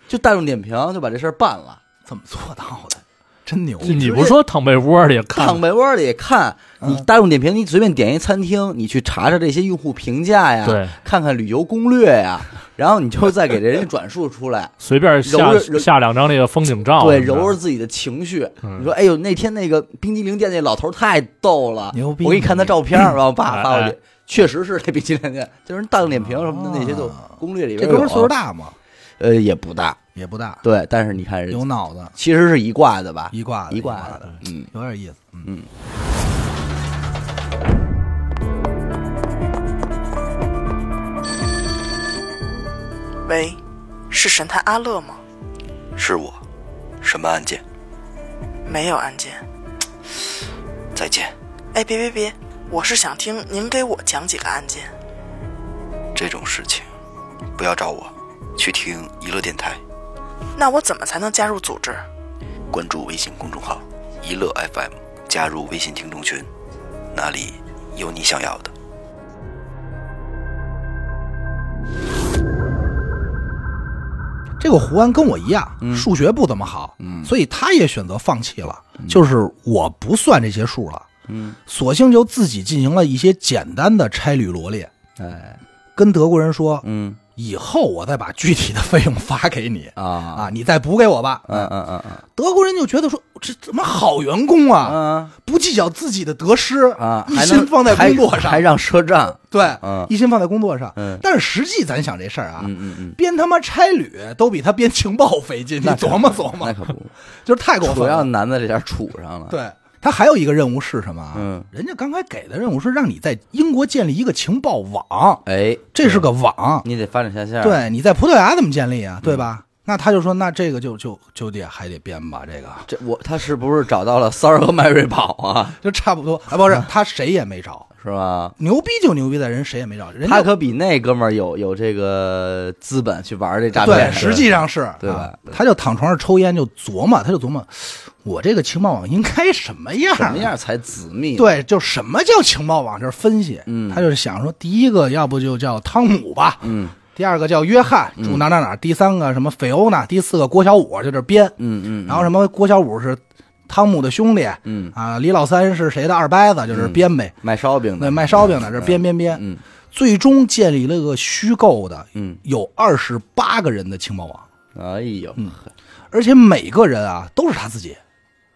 S1: 就大众点评就把这事儿办了。
S2: 怎么做到的？真牛！
S3: 你不是说躺被窝里看嗯
S1: 躺被窝里看，你大众点评，你随便点一餐厅，你去查查这些用户评价呀，
S3: 对，，
S1: 看看旅游攻略呀，然后你就再给人家转述出来
S3: 随便下
S1: 揉着揉
S3: 下两张那个风景
S2: 哦
S3: 照，
S1: 对，
S3: 是不
S1: 揉
S3: 是
S1: 揉自己的情绪。你说，哎呦，那天那个冰激凌店那老头太逗了，
S2: 牛逼嗯
S1: 我给你看他照片，然后爸
S3: 哎
S1: 发过
S3: 哎
S1: 去，确实是这冰激凌店，就是大众点评什么的那些都
S2: 啊
S1: 攻略里
S2: 这
S1: 边
S2: 哥们儿
S1: 有
S2: 岁数，大吗？
S1: 呃，也不大，
S2: 也不大，
S1: 对，但是你看人
S2: 有脑子，
S1: 其实是一挂的吧，
S2: 一挂的
S1: 一挂
S2: 的，
S1: 的，嗯。
S2: 有点意思。嗯
S4: 喂，是神探阿乐吗？
S5: 是我，什么案件？
S4: 没有案件。
S5: 再见，
S4: 哎，别别别，我是想听您给我讲几个案件。
S5: 这种事情不要找我，去听娱乐电台，
S4: 那我怎么才能加入组织？
S5: 关注微信公众号“娱乐 FM”，加入微信听众群，那里有你想要的。
S2: 这个胡安跟我一样，数学不怎么好，所以他也选择放弃了，就是我不算这些数了，嗯，索性就自己进行了一些简单的差旅罗列，
S1: 哎，
S2: 跟德国人说，
S1: 嗯
S2: 以后我再把具体的费用发给你
S1: 啊，
S2: 啊，你再补给我吧。
S1: 嗯嗯嗯嗯
S2: 德国人就觉得说，这怎么好员工啊，
S1: 嗯
S2: 不计较自己的得失
S1: 啊，
S2: 一
S1: 还
S2: 心
S1: 能
S2: 嗯放在
S1: 还
S2: 工作上
S1: 还，让赊账，
S2: 对
S1: 嗯，
S2: 一心放在工作上。
S1: 嗯
S2: 但是实际咱想这事儿啊，
S1: 嗯嗯 嗯，
S2: 编他妈差旅都比他编情报费劲，你
S1: 那可
S2: 琢磨琢磨
S1: 那， 可不，
S2: 就是太过
S1: 主
S2: 分
S1: 要
S2: 了。
S1: 难在这点杵上了，，
S2: 对他还有一个任务是什么啊？
S1: 嗯，
S2: 人家刚才给的任务是让你在英国建立一个情报网，
S1: 哎，
S2: 这是个网，
S1: 你得发展下线，，
S2: 啊对，你在葡萄牙怎么建立啊？对
S1: 嗯
S2: 吧？那他就说，那这个就就就得还得编吧，这个
S1: 这我他是不是找到了骚儿和迈锐宝啊？
S2: 就差不多啊，不是
S1: 嗯
S2: 他谁也没找，
S1: 是吧？
S2: 牛逼就牛逼在人谁也没找，人家
S1: 他可比那哥们儿有有这个资本去玩这诈
S2: 对，
S1: 骗，
S2: 实际上是
S1: 对吧
S2: 啊他就躺床上抽烟，就琢磨，他就琢磨，我这个情报网应该什么样？
S1: 什么？样才缜密？，
S2: 对，就什么叫情报网？就是分析。
S1: 嗯
S2: 他就是想说，第一个要不就叫汤姆吧，
S1: 嗯
S2: 第二个叫约翰，住哪哪哪，第三个什么菲欧娜，第四个郭小五，就这编。
S1: 嗯嗯，
S2: 然后什么郭小五是汤姆的兄弟，
S1: 嗯
S2: 啊，李老三是谁的二伯子，就是编呗。
S1: 卖烧饼
S2: 那
S1: 的，
S2: 卖烧饼的这编编编，
S1: 嗯
S2: 最终建立了个虚构的，
S1: 嗯，
S2: 有二十八个人的情报网。
S1: 哎呦，
S2: 嗯而且每个人啊都是他自己，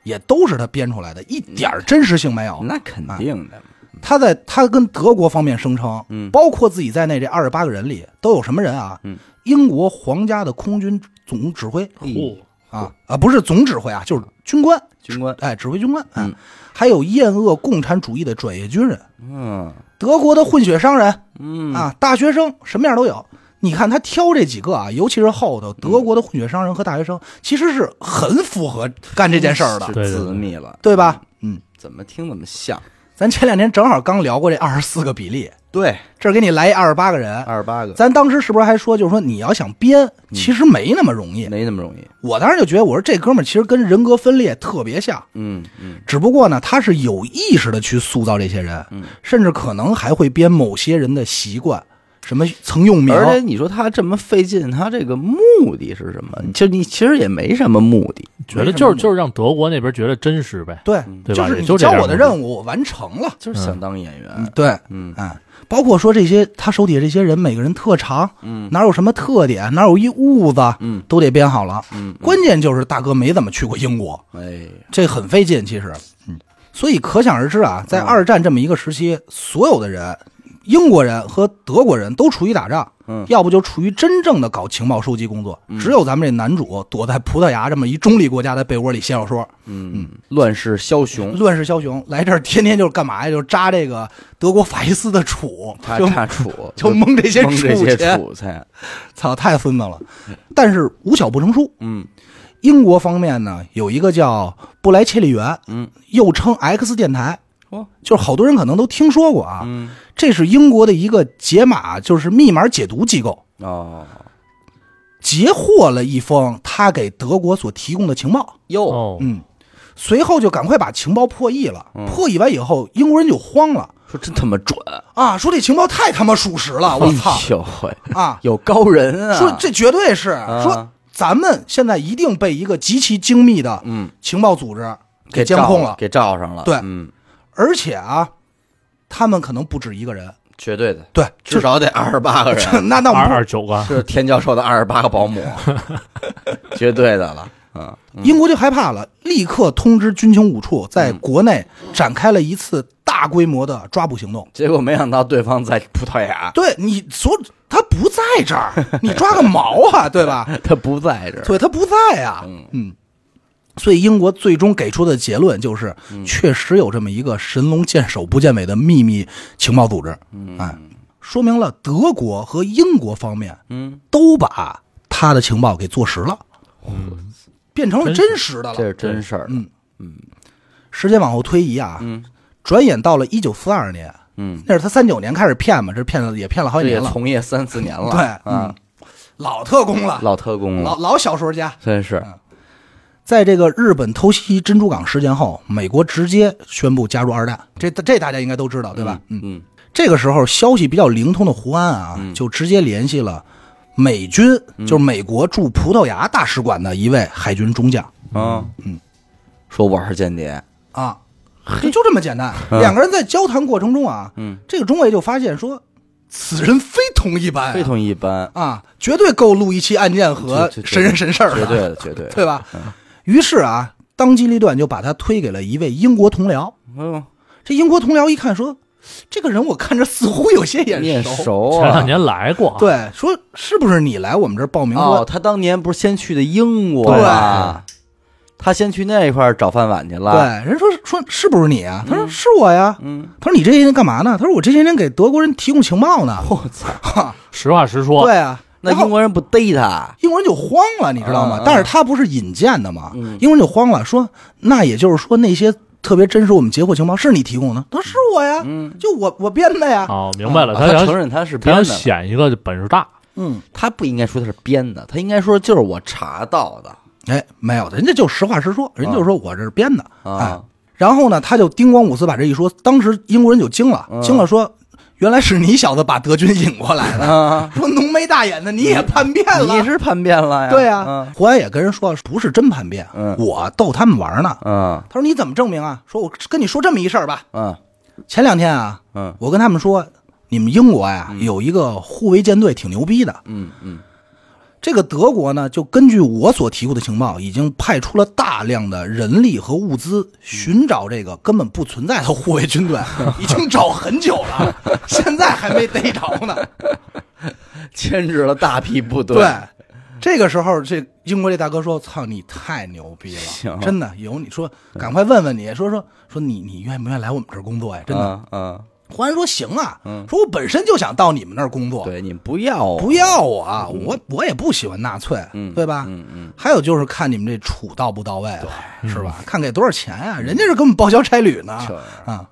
S2: 也都是他编出来的，一点儿真实性没有。
S1: 那肯定
S2: 啊
S1: 的，
S2: 他在他跟德国方面声称，
S1: 嗯
S2: 包括自己在内这二十八个人里都有什么人啊？
S1: 嗯
S2: 英国皇家的空军总指挥
S1: 哎
S3: 嚯
S2: 啊啊，不是总指挥啊，就是军官，
S1: 军官，
S2: 哎，指挥军官，哎
S1: 嗯
S2: 还有厌恶共产主义的专业军人，
S1: 嗯
S2: 德国的混血商人
S1: 嗯
S2: 啊，大学生什么样都有。你看他挑这几个啊，尤其是后
S1: 嗯
S2: 头德国的混血商人和大学生，其实是很符合干这件事儿的
S1: 是。
S3: 对对对
S1: 缜密了，
S2: 对吧？嗯，
S1: 怎么听怎么像，
S2: 咱前两天正好刚聊过这二十四个比例，
S1: 对，
S2: 这儿给你来一二十八个人，
S1: 二十嗯八个，
S2: 咱当时是不是还说，就是说你要想编，其实没那么容易。
S1: 没那么容易，
S2: 我当时就觉得，我说这哥们儿其实跟人格分裂特别像，
S1: 嗯嗯
S2: 只不过呢，他是有意识的去塑造这些人，
S3: 嗯
S2: 甚至可能还会编某些人的习惯，什么曾用名，
S1: 而且你说他这么费劲，他这个目的是什
S2: 嗯
S1: 么？就你其实也没什么目的，
S3: 觉得就是就是让德国那边觉得真实呗，
S2: 对，
S3: 嗯对
S2: 就
S3: 吧
S2: 是你
S3: 也就这
S2: 交
S3: 样
S2: 我的
S3: 嘛
S2: 任务，我完成了，
S3: 嗯
S1: 就是想当演员。
S2: 对，
S1: 嗯
S2: 哎，包括说这些他手底下这些人，每个人特长，嗯，哪有什么特点，哪有一屋子，
S1: 嗯，
S2: 都得编好了。
S1: 嗯，
S2: 关键就是大哥没怎么去过英国，
S1: 哎，
S2: 这很费劲，其实，嗯，所以可想而知啊，在二战这么一个时期，所有的人，英国人和德国人都处于打仗。
S1: 嗯
S2: 要不就处于真正的搞情报收集工作，只有咱们这男主躲在葡萄牙这么一中立国家的被窝里写小说，
S1: 嗯，乱世枭雄，
S2: 乱世枭雄来这儿天天就是干嘛呀？就是扎这个德国法西斯的杵，
S1: 他
S2: 就
S1: 他楚
S2: 就蒙这些
S1: 蒙这些
S2: 钱，
S1: 楚菜，
S2: 操，太孙子了。但是无巧不成书，
S1: 嗯
S2: 英国方面呢有一个叫布莱切利园，
S1: 嗯，
S2: 又称 X 电台，
S1: 哦
S2: 就是好多人可能都听说过啊，
S1: 嗯
S2: 这是英国的一个解码，就是密码解读机构
S1: 哦
S2: 截获了一封他给德国所提供的情报，
S1: 哟
S3: 哦，
S2: 嗯，随后就赶快把情报破译了。
S1: 嗯
S2: 破译完以后，英国人就慌了
S1: 说真他妈准，
S2: 啊，说这情报太他妈属实了，我操
S1: 哎呦喂，
S2: 啊！
S1: 有高人啊！
S2: 说这绝对是
S1: 啊
S2: 说咱们现在一定被一个极其精密的
S1: 嗯
S2: 情报组织
S1: 给
S2: 监
S1: 照
S2: 控了，
S1: 给罩上了，
S2: 对
S1: 嗯，
S2: 而且啊，他们可能不止一个人，
S1: 绝对的，
S2: 对，
S1: 至少得二十八个 人，
S2: 那那我
S3: 二
S2: 们
S3: 二九个，
S1: 是天教授的二十八个保姆， 绝对的了，嗯，
S2: 不英国就害怕了，立刻通知军情五处，在国内展开了一次大规模的抓捕行动。
S1: 结果没想到对方在葡萄牙，
S2: 对你所他不在这儿，你抓个毛啊，对吧？
S1: 他不在这儿，
S2: 所以他不在啊，嗯，所以英国最终给出的结论就是，
S1: 嗯
S2: 确实有这么一个神龙见首不见尾的秘密情报组织，
S1: 嗯
S2: 哎，说明了德国和英国方面
S1: 嗯，
S2: 都把他的情报给坐实了，
S3: 嗯
S2: 变成了真实的
S1: 这
S2: 了。
S1: 是真事儿，
S2: 嗯时间往后推移啊，转眼到了一九四二年，
S1: 嗯，
S2: 那是他三九年开始骗嘛，这骗了也骗了好
S1: 这
S2: 几
S1: 也
S2: 年了，
S1: 从业三四年了，
S2: 对嗯
S1: 啊，
S2: 老特工了，
S1: 老特工
S2: 老
S1: 了，
S2: 老小说家。
S1: 真是，
S2: 在这个日本偷袭珍珠港事件后，美国直接宣布加入二战，这这大家应该都知道，对吧？嗯，
S1: 嗯
S2: 这个时候消息比较灵通的胡安啊，就直接联系了美军，
S1: 嗯
S2: 就是美国驻葡萄牙大使馆的一位海军中将
S1: 啊，嗯，说我是间谍，
S2: 啊，就就这么简单。两个人在交谈过程中啊，
S1: 嗯，
S2: 这个中尉就发现说，此人非同一般、啊，
S1: 非同一般，
S2: 啊，绝对够录一期案件和
S1: 这这这
S2: 神人神事儿
S1: 绝
S2: 的，
S1: 对的，绝对的，
S2: 对吧？于是啊，当机立断就把他推给了一位英国同僚。
S1: 嗯，
S2: 这英国同僚一看说，这个人我看着似乎有些
S1: 面
S2: 眼熟。
S1: 熟
S3: 前
S1: 啊
S3: 两。年来过，，
S2: 对，说是不是你来我们这儿报名
S1: 哦，
S2: 说？
S1: 他当年不是先去的英国
S2: 对
S1: 啊？他先去那块儿找饭碗去了。
S2: 对，人说说是不是你啊？他说是我呀。
S1: 嗯，
S2: 他说你这些天干嘛呢？他说我这些天给德国人提供情报呢。
S1: 我操，
S3: 实话实说，
S2: 对啊，
S1: 那
S2: 然后
S1: 英国人不逮他？
S2: 英国人就慌了，你知道
S1: 啊
S2: 吗？
S1: 嗯
S2: 但是他不是引荐的嘛，英国人就慌了，说那也就是说那些特别真实我们截获情报是你提供的？他说是我呀，就我我编的呀。
S3: 哦，明白了，
S1: 嗯啊
S3: 想
S1: 承认他是
S3: 他
S1: 编
S3: 想
S1: 的，
S3: 显一个本事大，
S2: 嗯，
S1: 他不应该说他是编的，他应该说就是我查到的
S2: 哎，没有，人家就实话实说，人家就说我这是编的。哎
S1: 啊。
S2: 然后呢，他就叮咣五四把这一说，当时英国人就惊
S1: 啊
S2: 了，惊了说。原来是你小子把德军引过来的，
S1: 啊，
S2: 说浓眉大眼的你也叛变了，
S1: 你是叛变了呀？嗯
S2: 对呀、
S1: 呀，
S2: 胡安也跟人说不是真叛变，
S1: 嗯
S2: 我逗他们玩呢。
S1: 嗯
S2: 他说你怎么证明啊？说我跟你说这么一事儿吧，
S1: 嗯
S2: 前两天啊，
S1: 嗯
S2: 我跟他们说，你们英国呀、有一个护卫舰队挺牛逼的。
S1: 嗯嗯
S2: 这个德国呢，就根据我所提供的情报，已经派出了大量的人力和物资寻找这个根本不存在的护卫 军队，已经找很久了，现在还没逮着呢。
S1: 嗯，牵制了大批部队。
S2: 对，这个时候这英国这大哥说：“操，你太牛逼了，
S1: 行
S2: 真的有你说，赶快问问你，说说说你你愿不愿意来我们这儿工作呀？真的。
S1: 嗯，嗯
S2: 胡安说：“行啊，说我本身就想到你们那儿工作，
S1: 对，你不要
S2: 不要我啊，我我也不喜欢纳粹，对吧？
S1: 嗯嗯，
S2: 还有就是看你们这处到不到位了，是吧？看给多少钱呀、人家是给我们报销差旅呢
S1: 嗯就是
S2: 啊！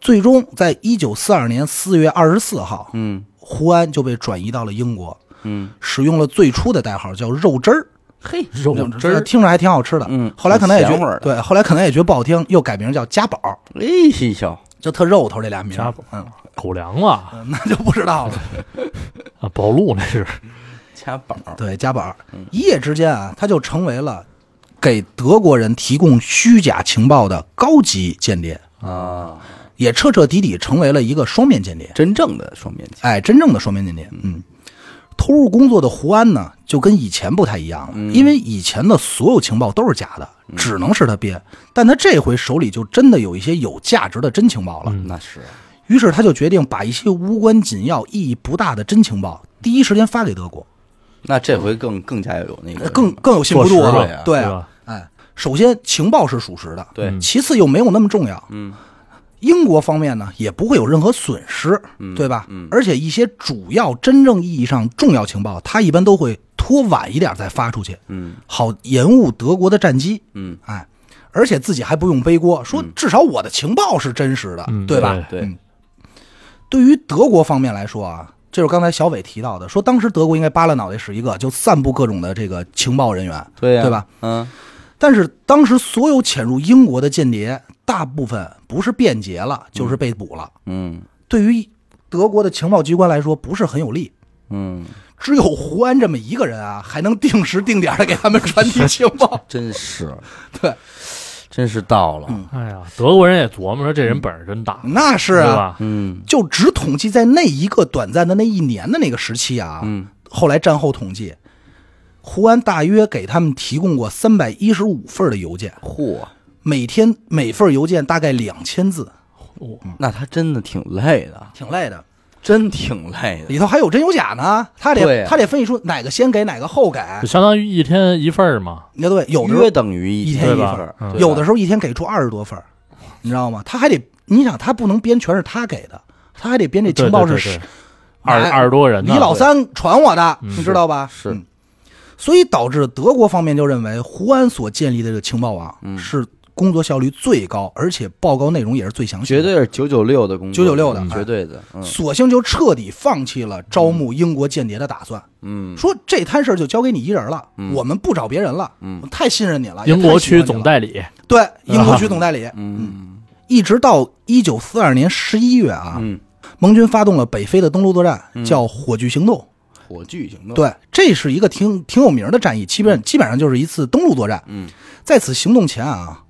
S2: 最终，在一九四二年四月二十四号，
S1: 嗯
S2: 胡安就被转移到了英国，
S1: 嗯，
S2: 使用了最初的代号叫“肉汁儿
S1: 嘿，
S3: 肉”，汁儿，
S2: 听着还挺好吃的。
S1: 嗯
S2: 后来可能也觉
S1: 挺贤惠
S2: 得
S1: 的
S2: 对，后来可能也觉得不好听，又改名叫家宝，
S1: 哎呦，
S2: 就特肉头这俩名儿。
S3: 家宝
S2: 嗯，
S3: 狗粮了
S2: 嗯那就不知道了。
S3: 啊，暴露那是，
S1: 家宝儿，
S2: 对，家宝儿
S3: 嗯
S2: 一夜之间啊，他就成为了给德国人提供虚假情报的高级间谍
S1: 啊，
S2: 也彻彻底底成为了一个双面间谍。
S1: 真正的双面间，
S2: 哎，真正的双面间谍。嗯，投入工作的胡安呢，就跟以前不太一样了，
S3: 嗯
S2: 因为以前的所有情报都是假的，只能是他编。但他这回手里就真的有一些有价值的真情报
S3: 嗯
S2: 了，
S1: 那是
S2: 于是他就决定把一些无关紧要、意义不大的真情报第一时间发给德国。
S1: 那这回更更加有那个
S2: 更更有信服度
S3: 坐
S2: 啊
S3: 实了呀
S2: 对
S3: 对
S2: 啊
S3: 吧，
S2: 哎，首先情报是属实的，
S1: 对嗯
S2: 其次又没有那么重要，
S1: 嗯，
S2: 英国方面呢也不会有任何损失，对吧？嗯，而且一些主要真正意义上重要情报，它一般都会拖晚一点再发出去，
S1: 嗯
S2: 好延误德国的战机，
S1: 嗯，
S2: 哎，而且自己还不用背锅，说至少我的情报是真实的，
S3: 嗯
S2: 对吧？
S1: 对
S2: 嗯对于德国方面来说啊，这就是刚才小伟提到的，说当时德国应该扒拉脑袋使一个，就散布各种的这个情报人员，
S1: 对呀，
S2: 对吧？
S1: 嗯，
S2: 但是当时所有潜入英国的间谍，大部分不是便捷了，就是被捕了。
S1: 嗯
S2: 对于德国的情报机关来说，不是很有利。
S1: 嗯，。
S2: 只有胡安这么一个人啊，还能定时定点的给他们传递情报
S1: 真 是
S2: 对，
S1: 真是到了，
S3: 哎呀，德国人也琢磨说这人本事真大，
S2: 那是
S3: 对
S2: 啊，
S3: 吧？
S1: 嗯
S2: 就只统计在那一个短暂的那一年的那个时期啊。
S1: 嗯
S2: 后来战后统计，胡安大约给他们提供过三百一十五份的邮件，
S1: 嚯，
S2: 每天每份邮件大概两千字，
S1: 那他真的挺累的，
S2: 挺累的。
S1: 真挺累的，
S2: 里头还有真有假呢，他
S1: 对
S2: 得
S1: 啊
S2: 他得分析出哪个先给哪个后给。
S3: 就相当于一天一份儿嘛。
S2: 你对，有的时候
S1: 约等于
S2: 一
S1: 一
S2: 天
S1: 天
S2: 一
S1: 份
S3: 份
S1: 儿，
S3: 嗯
S1: 对吧
S2: 有的时候一天给出二十多份儿，你知道吗？他还得，你想他不能编全是他给的，他还得编这情报
S3: 对
S2: 是
S3: 对
S2: 谁
S3: 对对二
S2: 哎
S3: 二十多人呢，
S2: 李老三传我的，
S3: 嗯
S2: 你知道吧？
S1: 是
S2: 嗯所以导致德国方面就认为胡安所建立的这个情报网
S1: 嗯
S2: 是工作效率最高，而且报告内容也是最详细的，
S1: 绝对是九九六的工作，
S2: 996的
S1: 嗯
S2: 哎
S1: 绝对的，嗯
S2: 索性就彻底放弃了招募英国间谍的打算，
S1: 嗯，
S2: 说这摊事儿就交给你一人了，我们不找别人了，
S1: 嗯
S2: 我太信任你了。啊也
S3: 英国
S2: 太喜欢
S3: 区
S2: 你
S3: 总
S2: 了嗯
S3: 代理，
S2: 对 英国区总代理，
S1: 嗯
S2: 一直到一九四二年十一月啊，
S1: 嗯，
S2: 盟军发动了北非的登陆作战，叫火炬行动。
S1: 火炬行动，，
S2: 对，这是一个挺挺有名的战役，基本基本上就是一次登陆作战。
S1: 嗯，
S2: 在此行动前啊，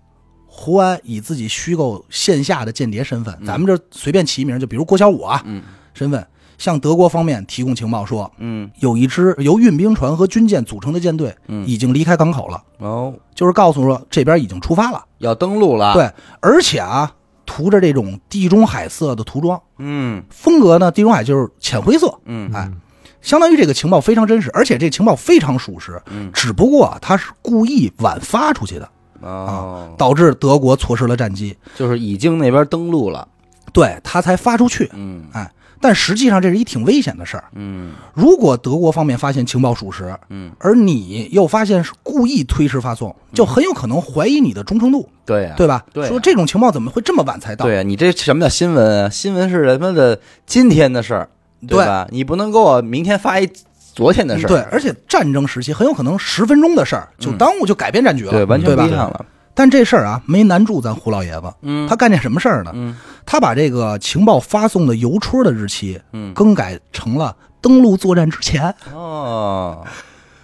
S2: 胡安以自己虚构线下的间谍身份，咱们这随便起一名，就比如郭小五啊，
S1: 嗯
S2: 身份向德国方面提供情报说，
S1: 嗯，
S2: 有一支由运兵船和军舰组成的舰队，已经离开港口了，
S1: 哦，
S2: 就是告诉说这边已经出发了。
S1: 要登陆了，，
S2: 对，而且啊，涂着这种地中海色的涂装，
S1: 嗯
S2: 风格呢，地中海就是浅灰色，
S1: 嗯
S2: 哎，相当于这个情报非常真实，而且这情报非常属实，
S1: 嗯
S2: 只不过啊它是故意晚发出去的，
S1: 哦，
S2: 导致德国错失了战机，
S1: 就是已经那边登陆了，
S2: 对他才发出去，
S1: 嗯
S2: 哎，但实际上这是一挺危险的事儿。
S1: 嗯
S2: 如果德国方面发现情报属实，
S1: 嗯，
S2: 而你又发现是故意推迟发送，就很有可能怀疑你的忠诚度，
S1: 对呀，
S2: 对吧？
S1: 对啊
S2: 说这种情报怎么会这么晚才到？
S1: 对呀，你这什么叫新闻啊？新闻是他妈的今天的事儿，对
S2: 对
S1: 吧？你不能给我明天发一昨天的事儿，
S2: 嗯对，而且战争时期很有可能十分钟的事儿
S1: 嗯
S2: 就耽误就改变战局了，
S1: 对，完全不
S2: 吧
S1: 一？样了，
S2: 但这事儿啊没难住咱胡老爷子，
S1: 嗯
S2: 他干件什么事儿呢？
S1: 嗯
S2: 他把这个情报发送的邮戳的日期
S1: 嗯，
S2: 更改成了登陆作战之前，
S1: 哦，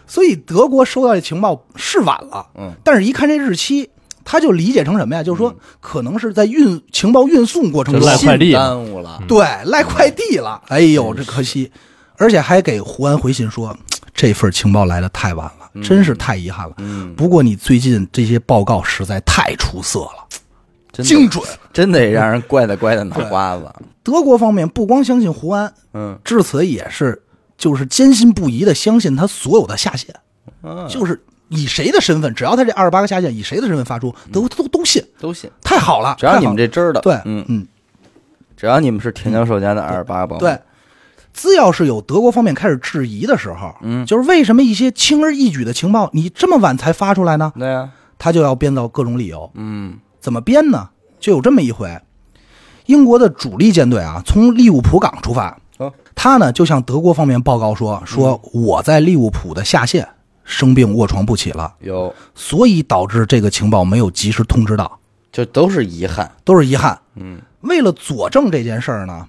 S2: 所以德国收到这情报是晚了，
S1: 嗯，
S2: 但是一看这日期。他就理解成什么呀？就是说，可能是在运情报运送过程中
S3: 就赖快递了
S1: 耽误了，
S2: 对，赖快递了。
S1: 嗯
S2: 哎呦，这可惜，而且还给胡安回信说，这份情报来的太晚了，真是太遗憾了。
S1: 嗯，
S2: 不过你最近这些报告实在太出色了，
S1: 真的
S2: 精准。
S1: 真得让人怪的怪的脑瓜子，
S2: 德国方面不光相信胡安，
S1: 嗯
S2: 至此也是就是坚信不疑的相信他所有的下线，
S1: 嗯，
S2: 就是以谁的身份，只要他这二十八个下线以谁的身份发出，德国都都信，
S1: 都信，
S2: 太好
S1: 嗯
S2: 了。
S1: 只要你们
S2: 太
S1: 这真儿的，
S2: 好了对，
S1: 嗯，
S2: 嗯
S1: 只要你们是田鸟守家的二十八宝，
S2: 对，。只要是有德国方面开始质疑的时候，嗯，就是为什么一些轻而易举的情报你这么晚才发出来呢？
S1: 对啊呀，
S2: 他就要编造各种理由，
S1: 嗯
S2: 怎么编呢？就有这么一回，英国的主力舰队啊，从利物浦港出发
S1: 哦，
S2: 他呢就向德国方面报告说，说
S1: 嗯
S2: 我在利物浦的下线生病卧床不起了，
S1: 有，
S2: 所以导致这个情报没有及时通知到，
S1: 就都是遗憾，
S2: 都是遗憾。
S1: 嗯
S2: 为了佐证这件事儿呢，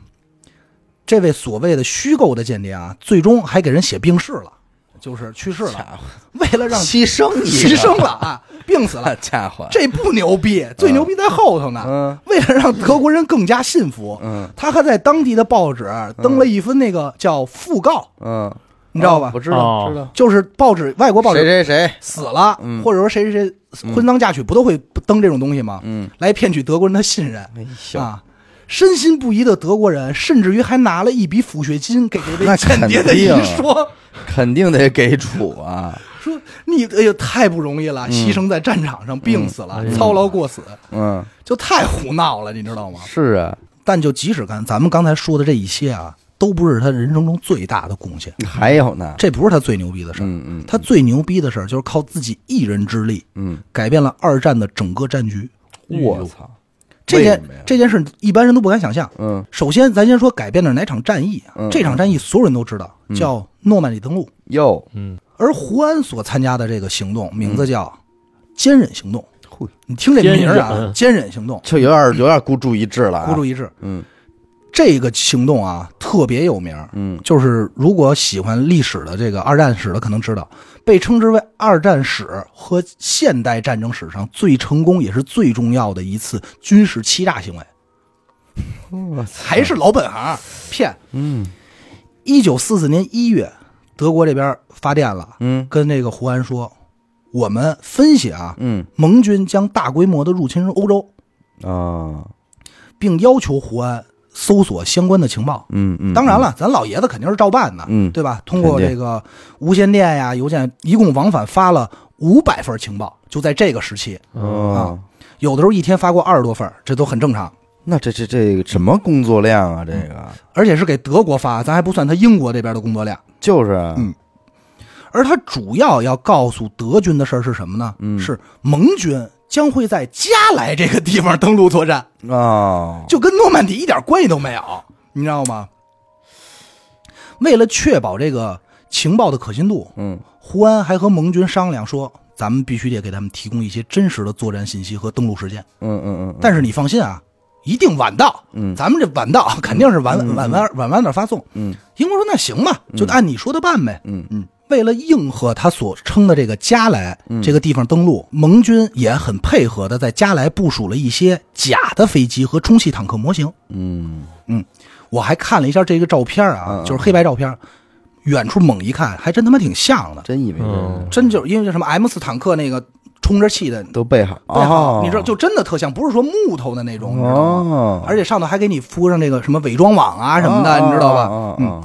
S2: 这位所谓的虚构的间谍啊，最终还给人写病逝了，就是去世了。为了让
S1: 牺牲一个
S2: 牺牲了啊，病死了
S1: 那。家伙，
S2: 这不牛逼，最牛逼在后头呢。
S1: 嗯
S2: 为了让德国人更加信服，
S1: 嗯
S2: 他还在当地的报纸登了一份那个叫讣告，
S1: 嗯，
S2: 你知道吧
S1: 我？知道
S3: 哦
S1: 知道，
S2: 就是报纸外国报
S1: 谁
S2: 纸
S1: 谁谁，
S2: 死了，
S1: 嗯
S2: 或者说谁谁谁婚丧嫁娶，不都会登这种东西吗？
S1: 嗯，
S2: 来骗取德国人的信任。
S1: 哎呦，
S2: 啊，深信不疑的德国人，甚至于还拿了一笔抚恤金给这位间谍的遗
S1: 那肯定
S2: 说，
S1: 肯定得给主啊，
S2: 说你哎呦太不容易了，牺牲在战场上，病死了，
S3: 嗯
S2: 操劳过死，
S1: 嗯，
S2: 就太胡闹了，你知道吗？
S1: 是啊，
S2: 但就即使干咱们刚才说的这一些啊，都不是他人生中最大的贡献，
S1: 还有呢，
S2: 这不是他最牛逼的事儿。
S1: 嗯嗯
S2: 他最牛逼的事儿就是靠自己一人之力
S1: 嗯，
S2: 改变了二战的整个战局。
S1: 我操，
S2: 这
S1: 为什么呀
S2: 件这件事一般人都不敢想象。
S1: 嗯
S2: 首先，咱先说改变了哪场战役啊？
S1: 嗯
S2: 这场战役所有人都知道，叫诺曼底登陆。
S1: 哟，
S2: 而胡安所参加的这个行动
S1: 嗯
S2: 名字叫“坚忍行动
S1: 嘿”。
S2: 你听这名儿啊
S3: 坚，忍
S2: 坚忍行动，
S1: 就有点有点孤注一掷了、嗯啊，
S2: 孤注一掷。
S1: 嗯
S2: 这个行动啊，特别有名儿。
S1: 嗯
S2: 就是如果喜欢历史的这个二战史的，可能知道，被称之为二战史和现代战争史上最成功也是最重要的一次军事欺诈行为。还是老本行，骗。
S1: 嗯
S2: 一九四四年一月，德国这边发电了，
S1: 嗯
S2: 跟这个胡安说，我们分析啊，
S1: 嗯
S2: 盟军将大规模的入侵欧洲，
S1: 啊，
S2: 并要求胡安搜索相关的情报。
S1: 嗯嗯，
S2: 当然了，咱老爷子肯定是照办的，
S1: 嗯
S2: 对吧？通过
S1: 肯定
S2: 这个无线电呀、邮件，一共往返发了五百份情报，就在这个时期，啊
S1: 哦，
S2: 有的时候一天发过二十多份，这都很正常。
S1: 那这这这个什么工作量啊？这个
S2: 而且是给德国发，咱还不算他英国这边的工作量。
S1: 就是啊，
S2: 嗯而他主要要告诉德军的事儿是什么呢？
S1: 嗯
S2: 是盟军将会在加莱这个地方登陆作战，
S1: 哦，
S2: 就跟诺曼底一点关系都没有，你知道吗？为了确保这个情报的可信度，
S1: 嗯
S2: 胡安还和盟军商量说，咱们必须得给他们提供一些真实的作战信息和登陆时间。
S1: 嗯嗯嗯，
S2: 但是你放心啊，一定晚到。
S1: 嗯
S2: 咱们这晚到肯定是晚晚晚晚晚点发送。
S1: 嗯
S2: 英国说那行吧，就按你说的办呗。
S1: 嗯
S2: 嗯，为了应和他所称的这个加莱、
S1: 嗯
S2: 这个地方登陆，盟军也很配合的在加莱部署了一些假的飞机和充气坦克模型。
S1: 嗯
S2: 我还看了一下这个照片啊，
S1: 嗯嗯
S2: 就是黑白照片，远处猛一看，还真他妈挺像的。
S1: 真以为这
S3: 嗯
S2: 真就是因为这什么 M 四坦克那个充着气的
S1: 都备好，
S2: 背好，
S1: 哦
S2: 你知道就真的特像，不是说木头的那种，你知道吗？
S1: 哦，
S2: 而且上头还给你敷上这个什么伪装网啊什么的，
S1: 哦
S2: 你知道吧？
S1: 哦哦
S2: 嗯，
S1: 哦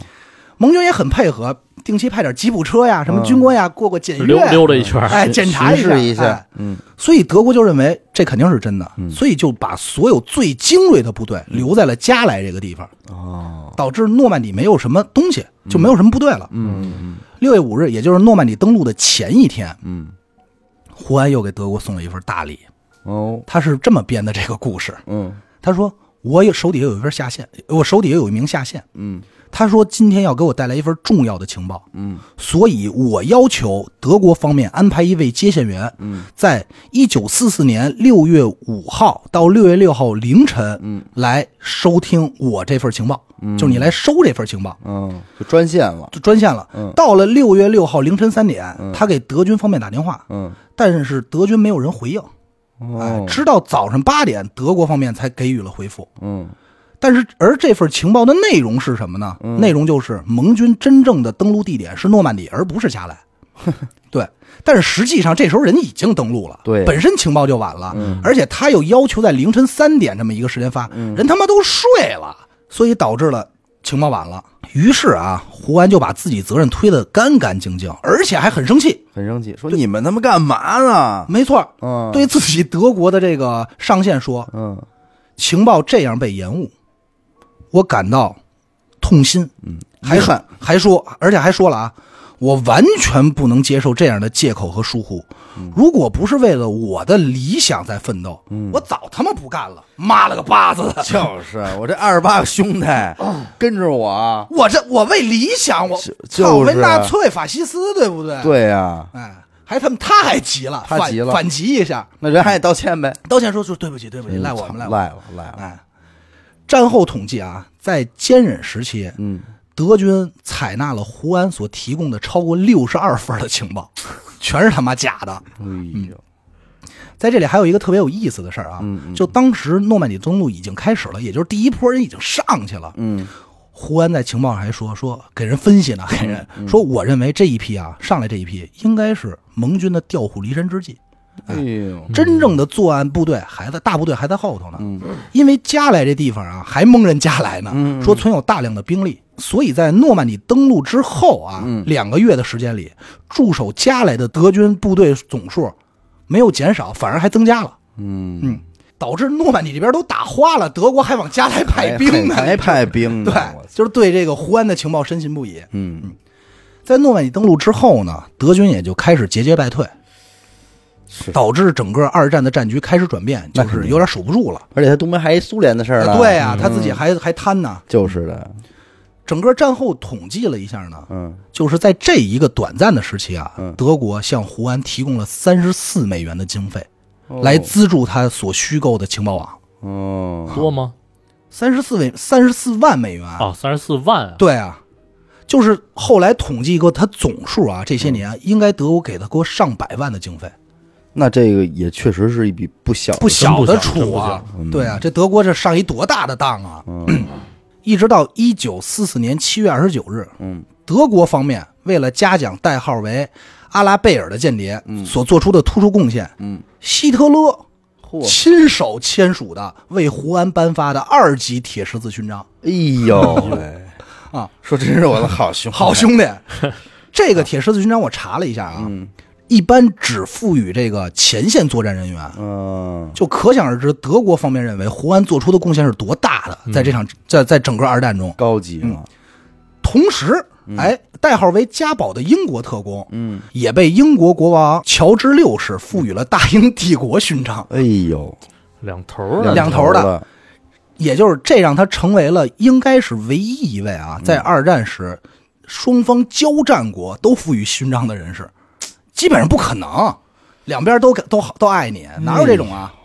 S2: 盟军也很配合，定期派点吉普车呀、什么
S1: 嗯
S2: 军官呀过过检阅，
S3: 溜溜达一圈儿，
S2: 哎，检查
S1: 巡视
S2: 一
S1: 一
S2: 下。哎
S1: 嗯
S2: 所以德国就认为这肯定是真的，所以就把所有最精锐的部队留在了加莱这个地方，
S1: 嗯哦，
S2: 导致诺曼底没有什么东西，就没有什么部队了。
S1: 嗯
S2: 六月五日，也就是诺曼底登陆的前一天，
S1: 嗯
S2: 胡安又给德国送了一份大礼。
S1: 嗯哦
S2: 他是这么编的这个故事，
S1: 嗯
S2: 他说我有手底下有一份下线，我手底下有一名下线，
S1: 嗯
S2: 他说今天要给我带来一份重要的情报，
S1: 嗯
S2: 所以我要求德国方面安排一位接线员，
S1: 嗯
S2: 在一九四四年六月五号到六月六号凌晨，
S1: 嗯，
S2: 来收听我这份情报，
S1: 嗯
S2: 就是你来收这份情报。
S1: 嗯，就专线了，
S2: 就专线了
S1: 嗯，
S2: 到了六月六号凌晨三点，他给德军方面打电话，
S1: 嗯
S2: 但是德军没有人回应，哎
S1: 哦，
S2: 直到早上八点，德国方面才给予了回复。
S1: 嗯
S2: 但是，而这份情报的内容是什么呢？
S1: 嗯
S2: 内容就是盟军真正的登陆地点是诺曼底，而不是 加莱。对，但是实际上这时候人已经登陆了，
S1: 对嗯
S2: 本身情报就晚了，而且他又要求在凌晨三点这么一个时间发，人他妈都睡了，所以导致了情报晚了。于是啊，胡安就把自己责任推得干干净净，而且还很生气。
S1: 很生气，说你们他妈干嘛呢？
S2: 没错，
S1: 嗯，
S2: 对自己德国的这个上线说，
S1: 嗯
S2: 情报这样被延误，我感到痛心，嗯，还
S1: 遗憾，
S2: 还说，而且还说了啊，我完全不能接受这样的借口和疏忽。
S1: 嗯
S2: 如果不是为了我的理想在奋斗，我早他妈不干了，妈了个巴子的！
S1: 就是 我这二十八个兄弟
S2: 哦
S1: 跟着我，
S2: 我这我为理想，我
S1: 就就是啊
S2: 操，为纳粹法西斯，对不对？，
S1: 对呀，
S2: 哎，还他们他还急了，
S1: 他
S2: 反
S1: 急了
S2: 反击一下，
S1: 那人还得道歉呗，
S2: 道歉说说对不起，对不起，赖我们，
S1: 嗯赖
S2: 赖我们。
S1: 我赖我，
S2: 哎，战后统计啊，在坚忍时期，
S1: 嗯，
S2: 德军采纳了胡安所提供的超过六十二份的情报，全是他妈假的。
S1: 哎呦，
S2: 在这里还有一个特别有意思的事儿啊，就当时诺曼底登陆已经开始了，也就是第一波人已经上去了。
S1: 嗯
S2: 胡安在情报上还说说给人分析呢，给人、说，我认为这一批啊上来这一批应该是盟军的调虎离山之计，
S1: 哎呦，
S2: 真正的作案部队还在大部队还在后头呢，因为加来这地方啊还蒙人加来呢，说存有大量的兵力，所以在诺曼底登陆之后啊，两个月的时间里，驻守加来的德军部队总数没有减少，反而还增加了。
S1: 嗯
S2: 嗯，导致诺曼底这边都打花了，德国还往加来
S1: 哎
S2: 派兵呢，
S1: 还派兵呢，啊
S2: 对，就是对这个胡安的情报深信不疑。
S1: 嗯，
S2: 在诺曼底登陆之后呢，德军也就开始节节败退，
S1: 是。
S2: 导致整个二战的战局开始转变，
S1: 那
S2: 就
S1: 肯定嗯
S2: 是有点守不住了。
S1: 而且他东边还一苏联的事儿呢，
S2: 对啊，他自己还还贪呢。
S1: 就是的，
S2: 整个战后统计了一下呢，
S1: 嗯，
S2: 就是在这一个短暂的时期啊
S1: 嗯，
S2: 德国向胡安提供了三十四美元的经费，
S1: 哦
S2: 来资助他所虚构的情报网。
S1: 哦，
S3: 多吗？
S2: 三十四美三十四万美元啊
S3: 哦，三十四万啊！
S2: 对啊，就是后来统计过他总数啊，这些年啊应该德国给他过上百万的经费，
S1: 那这个也确实是一笔不小的
S2: 不
S3: 小
S2: 小的
S3: 真
S2: 出
S3: 不
S2: 啊
S3: 小。
S2: 对啊，这德国这上一多大的当啊！一直到一九四四年七月二十九日，
S1: 嗯，
S2: 德国方面为了嘉奖代号为阿拉贝尔的间谍所做出的突出贡献，
S1: 嗯，
S2: 希特勒
S1: 嚯，
S2: 亲手签署的为胡安颁发的二级铁十字勋章。
S1: 哎呦 喂，
S2: 啊，
S1: 说真是我的好兄弟啊
S2: 好，兄 弟，这个铁十字勋章我查了一下啊，
S1: 嗯
S2: 一般只赋予这个前线作战人员，
S1: 嗯，
S2: 就可想而知，德国方面认为胡安做出的贡献是多大
S1: 嗯
S2: 的，在这场在在整个二战中。
S1: 高级啊
S2: 嗯
S1: 了，
S2: 同时，哎，代号为家宝的英国特工，
S1: 嗯，
S2: 也被英国国王乔治六世赋予了大英帝国勋章，
S1: 哎呦，
S3: 两头儿啊的
S2: 啊两头
S1: 头
S2: 儿的，也就是这让他成为了应该是唯一一位啊，
S1: 嗯
S2: 在二战时双方交战国都赋予勋章的人士，基本上不可能，两边都都好都爱你，哪有这种啊？
S1: 嗯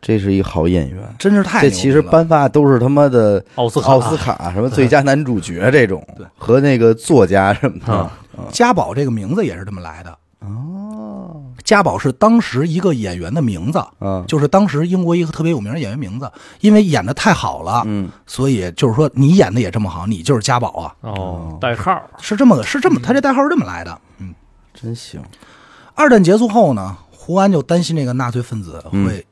S1: 这是一好演员。
S2: 真是太
S1: 这
S2: 牛逼
S1: 其实
S2: 了
S1: 颁发都是他妈的
S3: 奥斯卡
S1: 奥斯卡什么最佳男主角这种
S2: 对，
S1: 和那个作家什么的
S3: 啊，
S2: 家宝这个名字也是这么来的哦。家宝是当时一个演员的名字，
S1: 嗯
S2: 就是当时英国一个特别有名的演员名字，因为演的太好了，
S1: 嗯，
S2: 所以就是说你演的也这么好，你就是家宝啊，
S3: 哦，代号
S2: 是这么个是这么，他这代号是这么来的。
S1: 真行，
S2: 二战结束后呢，胡安就担心这个纳粹分子会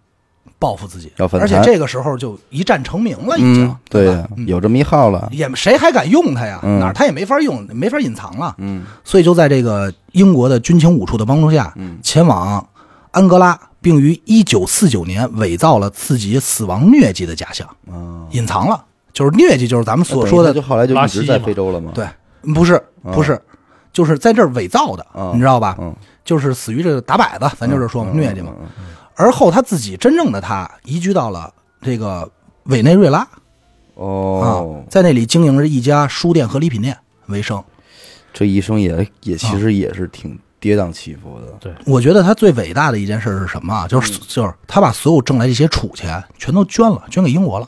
S2: 报复自己，
S1: 嗯要反
S2: 而且
S1: 弹
S2: 这个时候就一战成名了，已经、
S1: 嗯，对
S2: 吧
S1: 呀，有这么一号了，
S2: 也谁还敢用他呀？
S1: 嗯
S2: 哪儿他也没法用，没法隐藏了。
S1: 嗯，
S2: 所以就在这个英国的军情五处的帮助下，
S1: 嗯
S2: 前往安哥拉，并于一九四九年伪造了自己死亡疟疾的假象，
S1: 啊，
S2: 隐藏了。就是疟疾，就是咱们所说
S1: 那等于他
S2: 的
S1: 就后来就一
S3: 拉
S1: 直
S3: 稀
S1: 在
S3: 嘛
S1: 非洲了吗？，
S2: 对，不是不是，就是在这儿伪造的
S1: 啊，
S2: 你知道吧？
S1: 嗯
S2: 就是死于这个打摆子，咱就是说疟疾嘛。而后他自己真正的他移居到了这个委内瑞拉啊
S1: 哦，，
S2: 在那里经营着一家书店和礼品店为生。
S1: 这一生也也其实也是挺跌宕起伏的。
S2: 我觉得他最伟大的一件事是什么啊？
S1: 嗯
S2: 就是就是他把所有挣来这些储钱全都捐了，捐给英国了，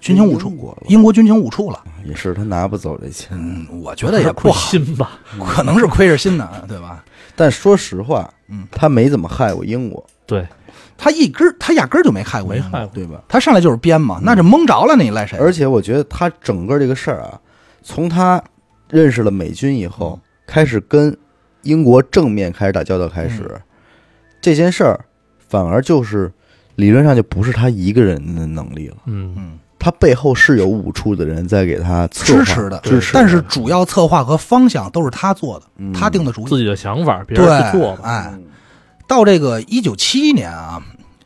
S2: 军情五
S1: 英国
S2: 处
S1: 了，
S2: 英国军情五处了。
S1: 嗯也是他拿不走这钱。
S2: 嗯，我觉得也不
S3: 亏
S2: 好，
S3: 心吧？
S2: 可能是亏着心呢，对吧？
S1: 但说实话，他没怎么害过英国，
S3: 对，
S2: 他一根儿他压根儿就没害过
S3: 没
S2: 英国，
S3: 害过。嗯
S1: 对吧？
S2: 他上来就是编嘛，那这蒙着了，你赖谁？
S1: 而且我觉得他整个这个事儿啊，从他认识了美军以后，开始跟英国正面开始打交道开始，这件事儿反而就是理论上就不是他一个人的能力了，
S3: 嗯，
S1: 他背后是有五处的人在给他策划
S2: 支持的，
S1: 支持的，嗯
S2: 但是主要策划和方向都是他做的，他定的主
S3: 自
S2: 意。
S3: 己的想法，别
S2: 对
S3: 人去做，吧。
S2: 哎，到这个一九七一年啊，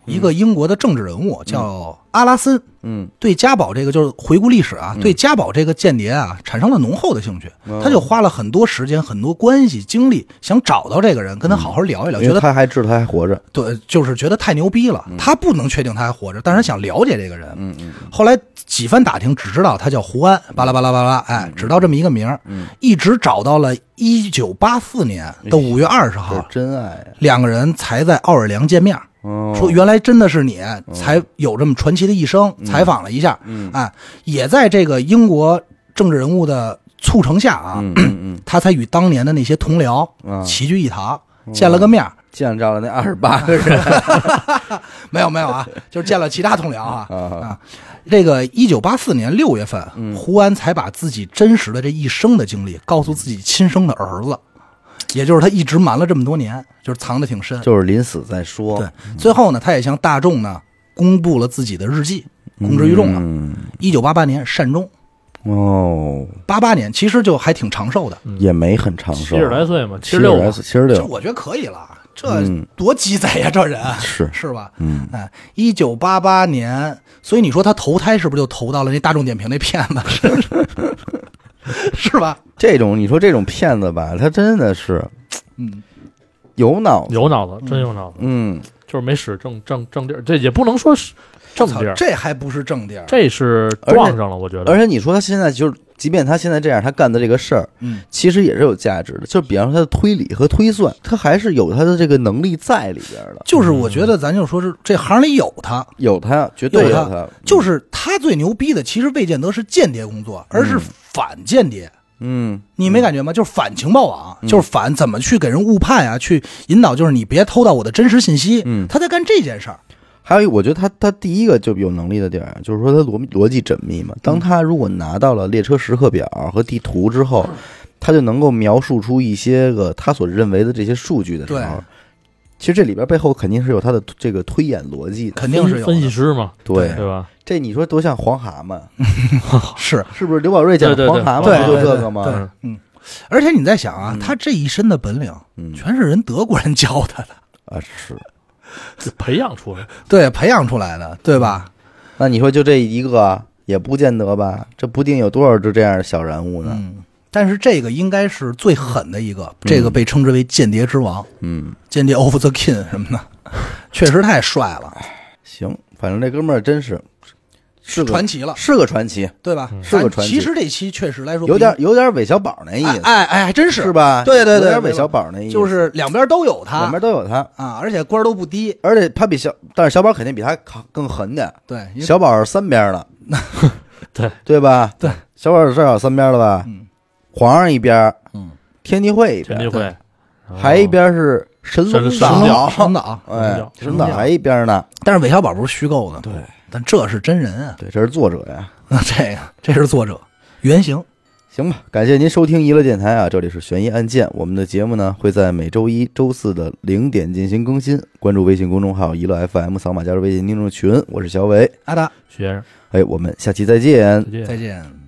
S2: 一个英国的政治人物叫阿拉森，
S1: 嗯
S2: 对家宝这个就是回顾历史啊，对家宝这个间谍啊产生了浓厚的兴趣，
S1: 嗯
S2: 他就花了很多时间、很多关系、精力，想找到这个人，跟他好好聊一聊，
S1: 因
S2: 觉
S1: 为
S2: 得
S1: 他还知道他还活着，
S2: 对，就是觉得太牛逼
S1: 嗯
S2: 了，他不能确定他还活着，但是他想了解这个人。嗯嗯。后来几番打听，只知道他叫胡安，巴拉巴拉巴拉，
S1: 嗯
S2: 哎，只知道这么一个名儿，一直找到了一九八四年的
S1: 哎
S2: 五月二十
S1: 这是
S2: 号，
S1: 真爱啊。
S2: 两个人才在奥尔良见面。
S1: 哦
S2: 说原来真的是你，才有这么传奇的一生。
S1: 嗯
S2: 采访了一下，哎，也在这个英国政治人物的促成下啊，
S1: 嗯嗯嗯，
S2: 他才与当年的那些同僚
S1: 啊哦
S2: 齐聚一堂，见了个面儿。
S1: 见着了那二十八 个人，
S2: 没有 没有啊，就是见了其他同僚啊
S1: 啊嗯
S2: 啊。这个一九八四年六月份，胡安才把自己真实的这一生的经历告诉自己亲生的儿子，也就是他一直瞒了这么多年，就是藏的挺深。
S1: 就是嗯临死再说。
S2: 对，最后呢，他也向大众呢公布了自己的日记，公之于众了。
S1: 嗯，
S2: 一九八八年善终，
S1: 哦，
S2: 八八年其实就还挺长寿的，
S1: 也没很长寿，
S3: 嗯
S1: 啊
S3: 七十来岁嘛，
S1: 七
S3: 十六啊
S1: 来岁，七十
S2: 这
S1: 六，啊
S2: 我觉得可以了。这
S1: 嗯
S2: 多鸡贼啊呀、这人
S1: 是，
S2: 是吧？
S1: 嗯，
S2: 哎，一九八八年，所以你说他投胎是不是就投到了那大众点评那骗子， 是吧？
S1: 这种你说这种骗子吧，他真的是
S2: 嗯，
S1: 有脑子，
S3: 有脑子，真有脑子，
S1: 嗯，
S3: 就是没使正正正地儿，这也不能说是正
S2: 操
S3: 地儿，
S2: 这还不是正地儿，
S3: 这是撞上了，我觉
S1: 而
S3: 得。
S1: 且你说他现在就是，即便他现在这样，他干的这个事儿，
S2: 嗯，
S1: 其实也是有价值的。就比方说他的推理和推算，他还是有他的这个能力在里边的，
S2: 就是我觉得咱就说是这行里有他，
S3: 嗯
S1: 有他，绝对
S2: 有他
S1: 他，
S2: 就是他最牛逼的，其实未见得是间谍工作，而
S3: 嗯
S2: 是反间谍。
S1: 嗯，
S2: 你没感觉吗？就是反情报网，
S3: 嗯
S2: 就是反怎么去给人误判啊，去引导，就是你别偷到我的真实信息。
S1: 嗯
S2: 他在干这件事儿。
S1: 还有一，我觉得他他第一个就有能力的地儿，就是说他逻逻辑缜密嘛。
S2: 嗯
S1: 当他如果拿到了列车时刻表和地图之后，他就能够描述出一些个他所认为的这些数据的时
S2: 对
S1: 候，其实这里边背后肯定是有他的这个推演逻辑的。
S2: 肯定是有的
S3: 分析师嘛，
S1: 对，
S3: 对吧？
S1: 这你说多像黄蛤蟆，
S2: 是，
S1: 是不是？刘宝瑞讲
S3: 对对对
S1: 黄蛤蟆
S2: 对
S1: 不就这
S2: 对
S1: 个
S2: 对
S1: 吗？
S3: 嗯
S2: 而且你在想啊，他这一身的本领
S1: 嗯
S2: 全是人德国人教他的，
S1: 啊，是。
S3: 培养出来，
S2: 对，培养出来的，对吧？
S1: 那你说就这一个也不见得吧？这不定有多少只这样的小人物呢？
S2: 嗯，但是这个应该是最狠的一个，这个被称之为间谍之王、
S1: 嗯，
S2: 间谍 of the king 什么 的，确实太帅了，
S1: 行，反正这哥们儿真是是个
S2: 传奇了，
S1: 是个传奇，
S2: 对吧？
S1: 是个
S2: 咱
S1: 传奇
S2: 其实这期确实来说
S1: 有点有点韦小宝那
S2: 比
S1: 意
S2: 哎
S1: 思，
S2: 哎哎，还真是
S1: 是吧？
S2: 对对对，
S1: 有点
S2: 没
S1: 韦
S2: 错
S1: 小宝那意思，
S2: 就是两边都有他，
S1: 两边都有他，
S2: 啊，而且官儿都不低，
S1: 而且他比小，但是小宝肯定比他靠更狠点儿。
S2: 对，因为
S1: 小宝是三边 的，
S3: 对
S1: 对吧？
S2: 对，
S1: 小宝至少三边了吧？
S2: 嗯
S1: 皇上一边，
S2: 嗯，
S1: 天地会一
S3: 田
S1: 边
S3: 地，会，然后
S1: 还一边是神龙
S3: 神
S1: 岛
S3: 龙，
S2: 岛神岛，
S1: 哎，
S3: 神
S1: 神
S3: 岛
S1: 岛还一边呢。
S2: 但是韦小宝不是虚构的，
S1: 对，
S2: 但这是真人啊，
S1: 对，这是作者呀。
S2: 那 这个这是作者原型，
S1: 行吧，感谢您收听娱乐电台啊，这里是悬疑案件。我们的节目呢会在每周一周四的零点进行更新，关注微信公众号“娱乐 FM”，扫码加入微信听众群。我是小伟，
S2: 阿达，
S3: 哦学生
S1: 哎，我们下期再见
S3: 再。见。
S2: 再见。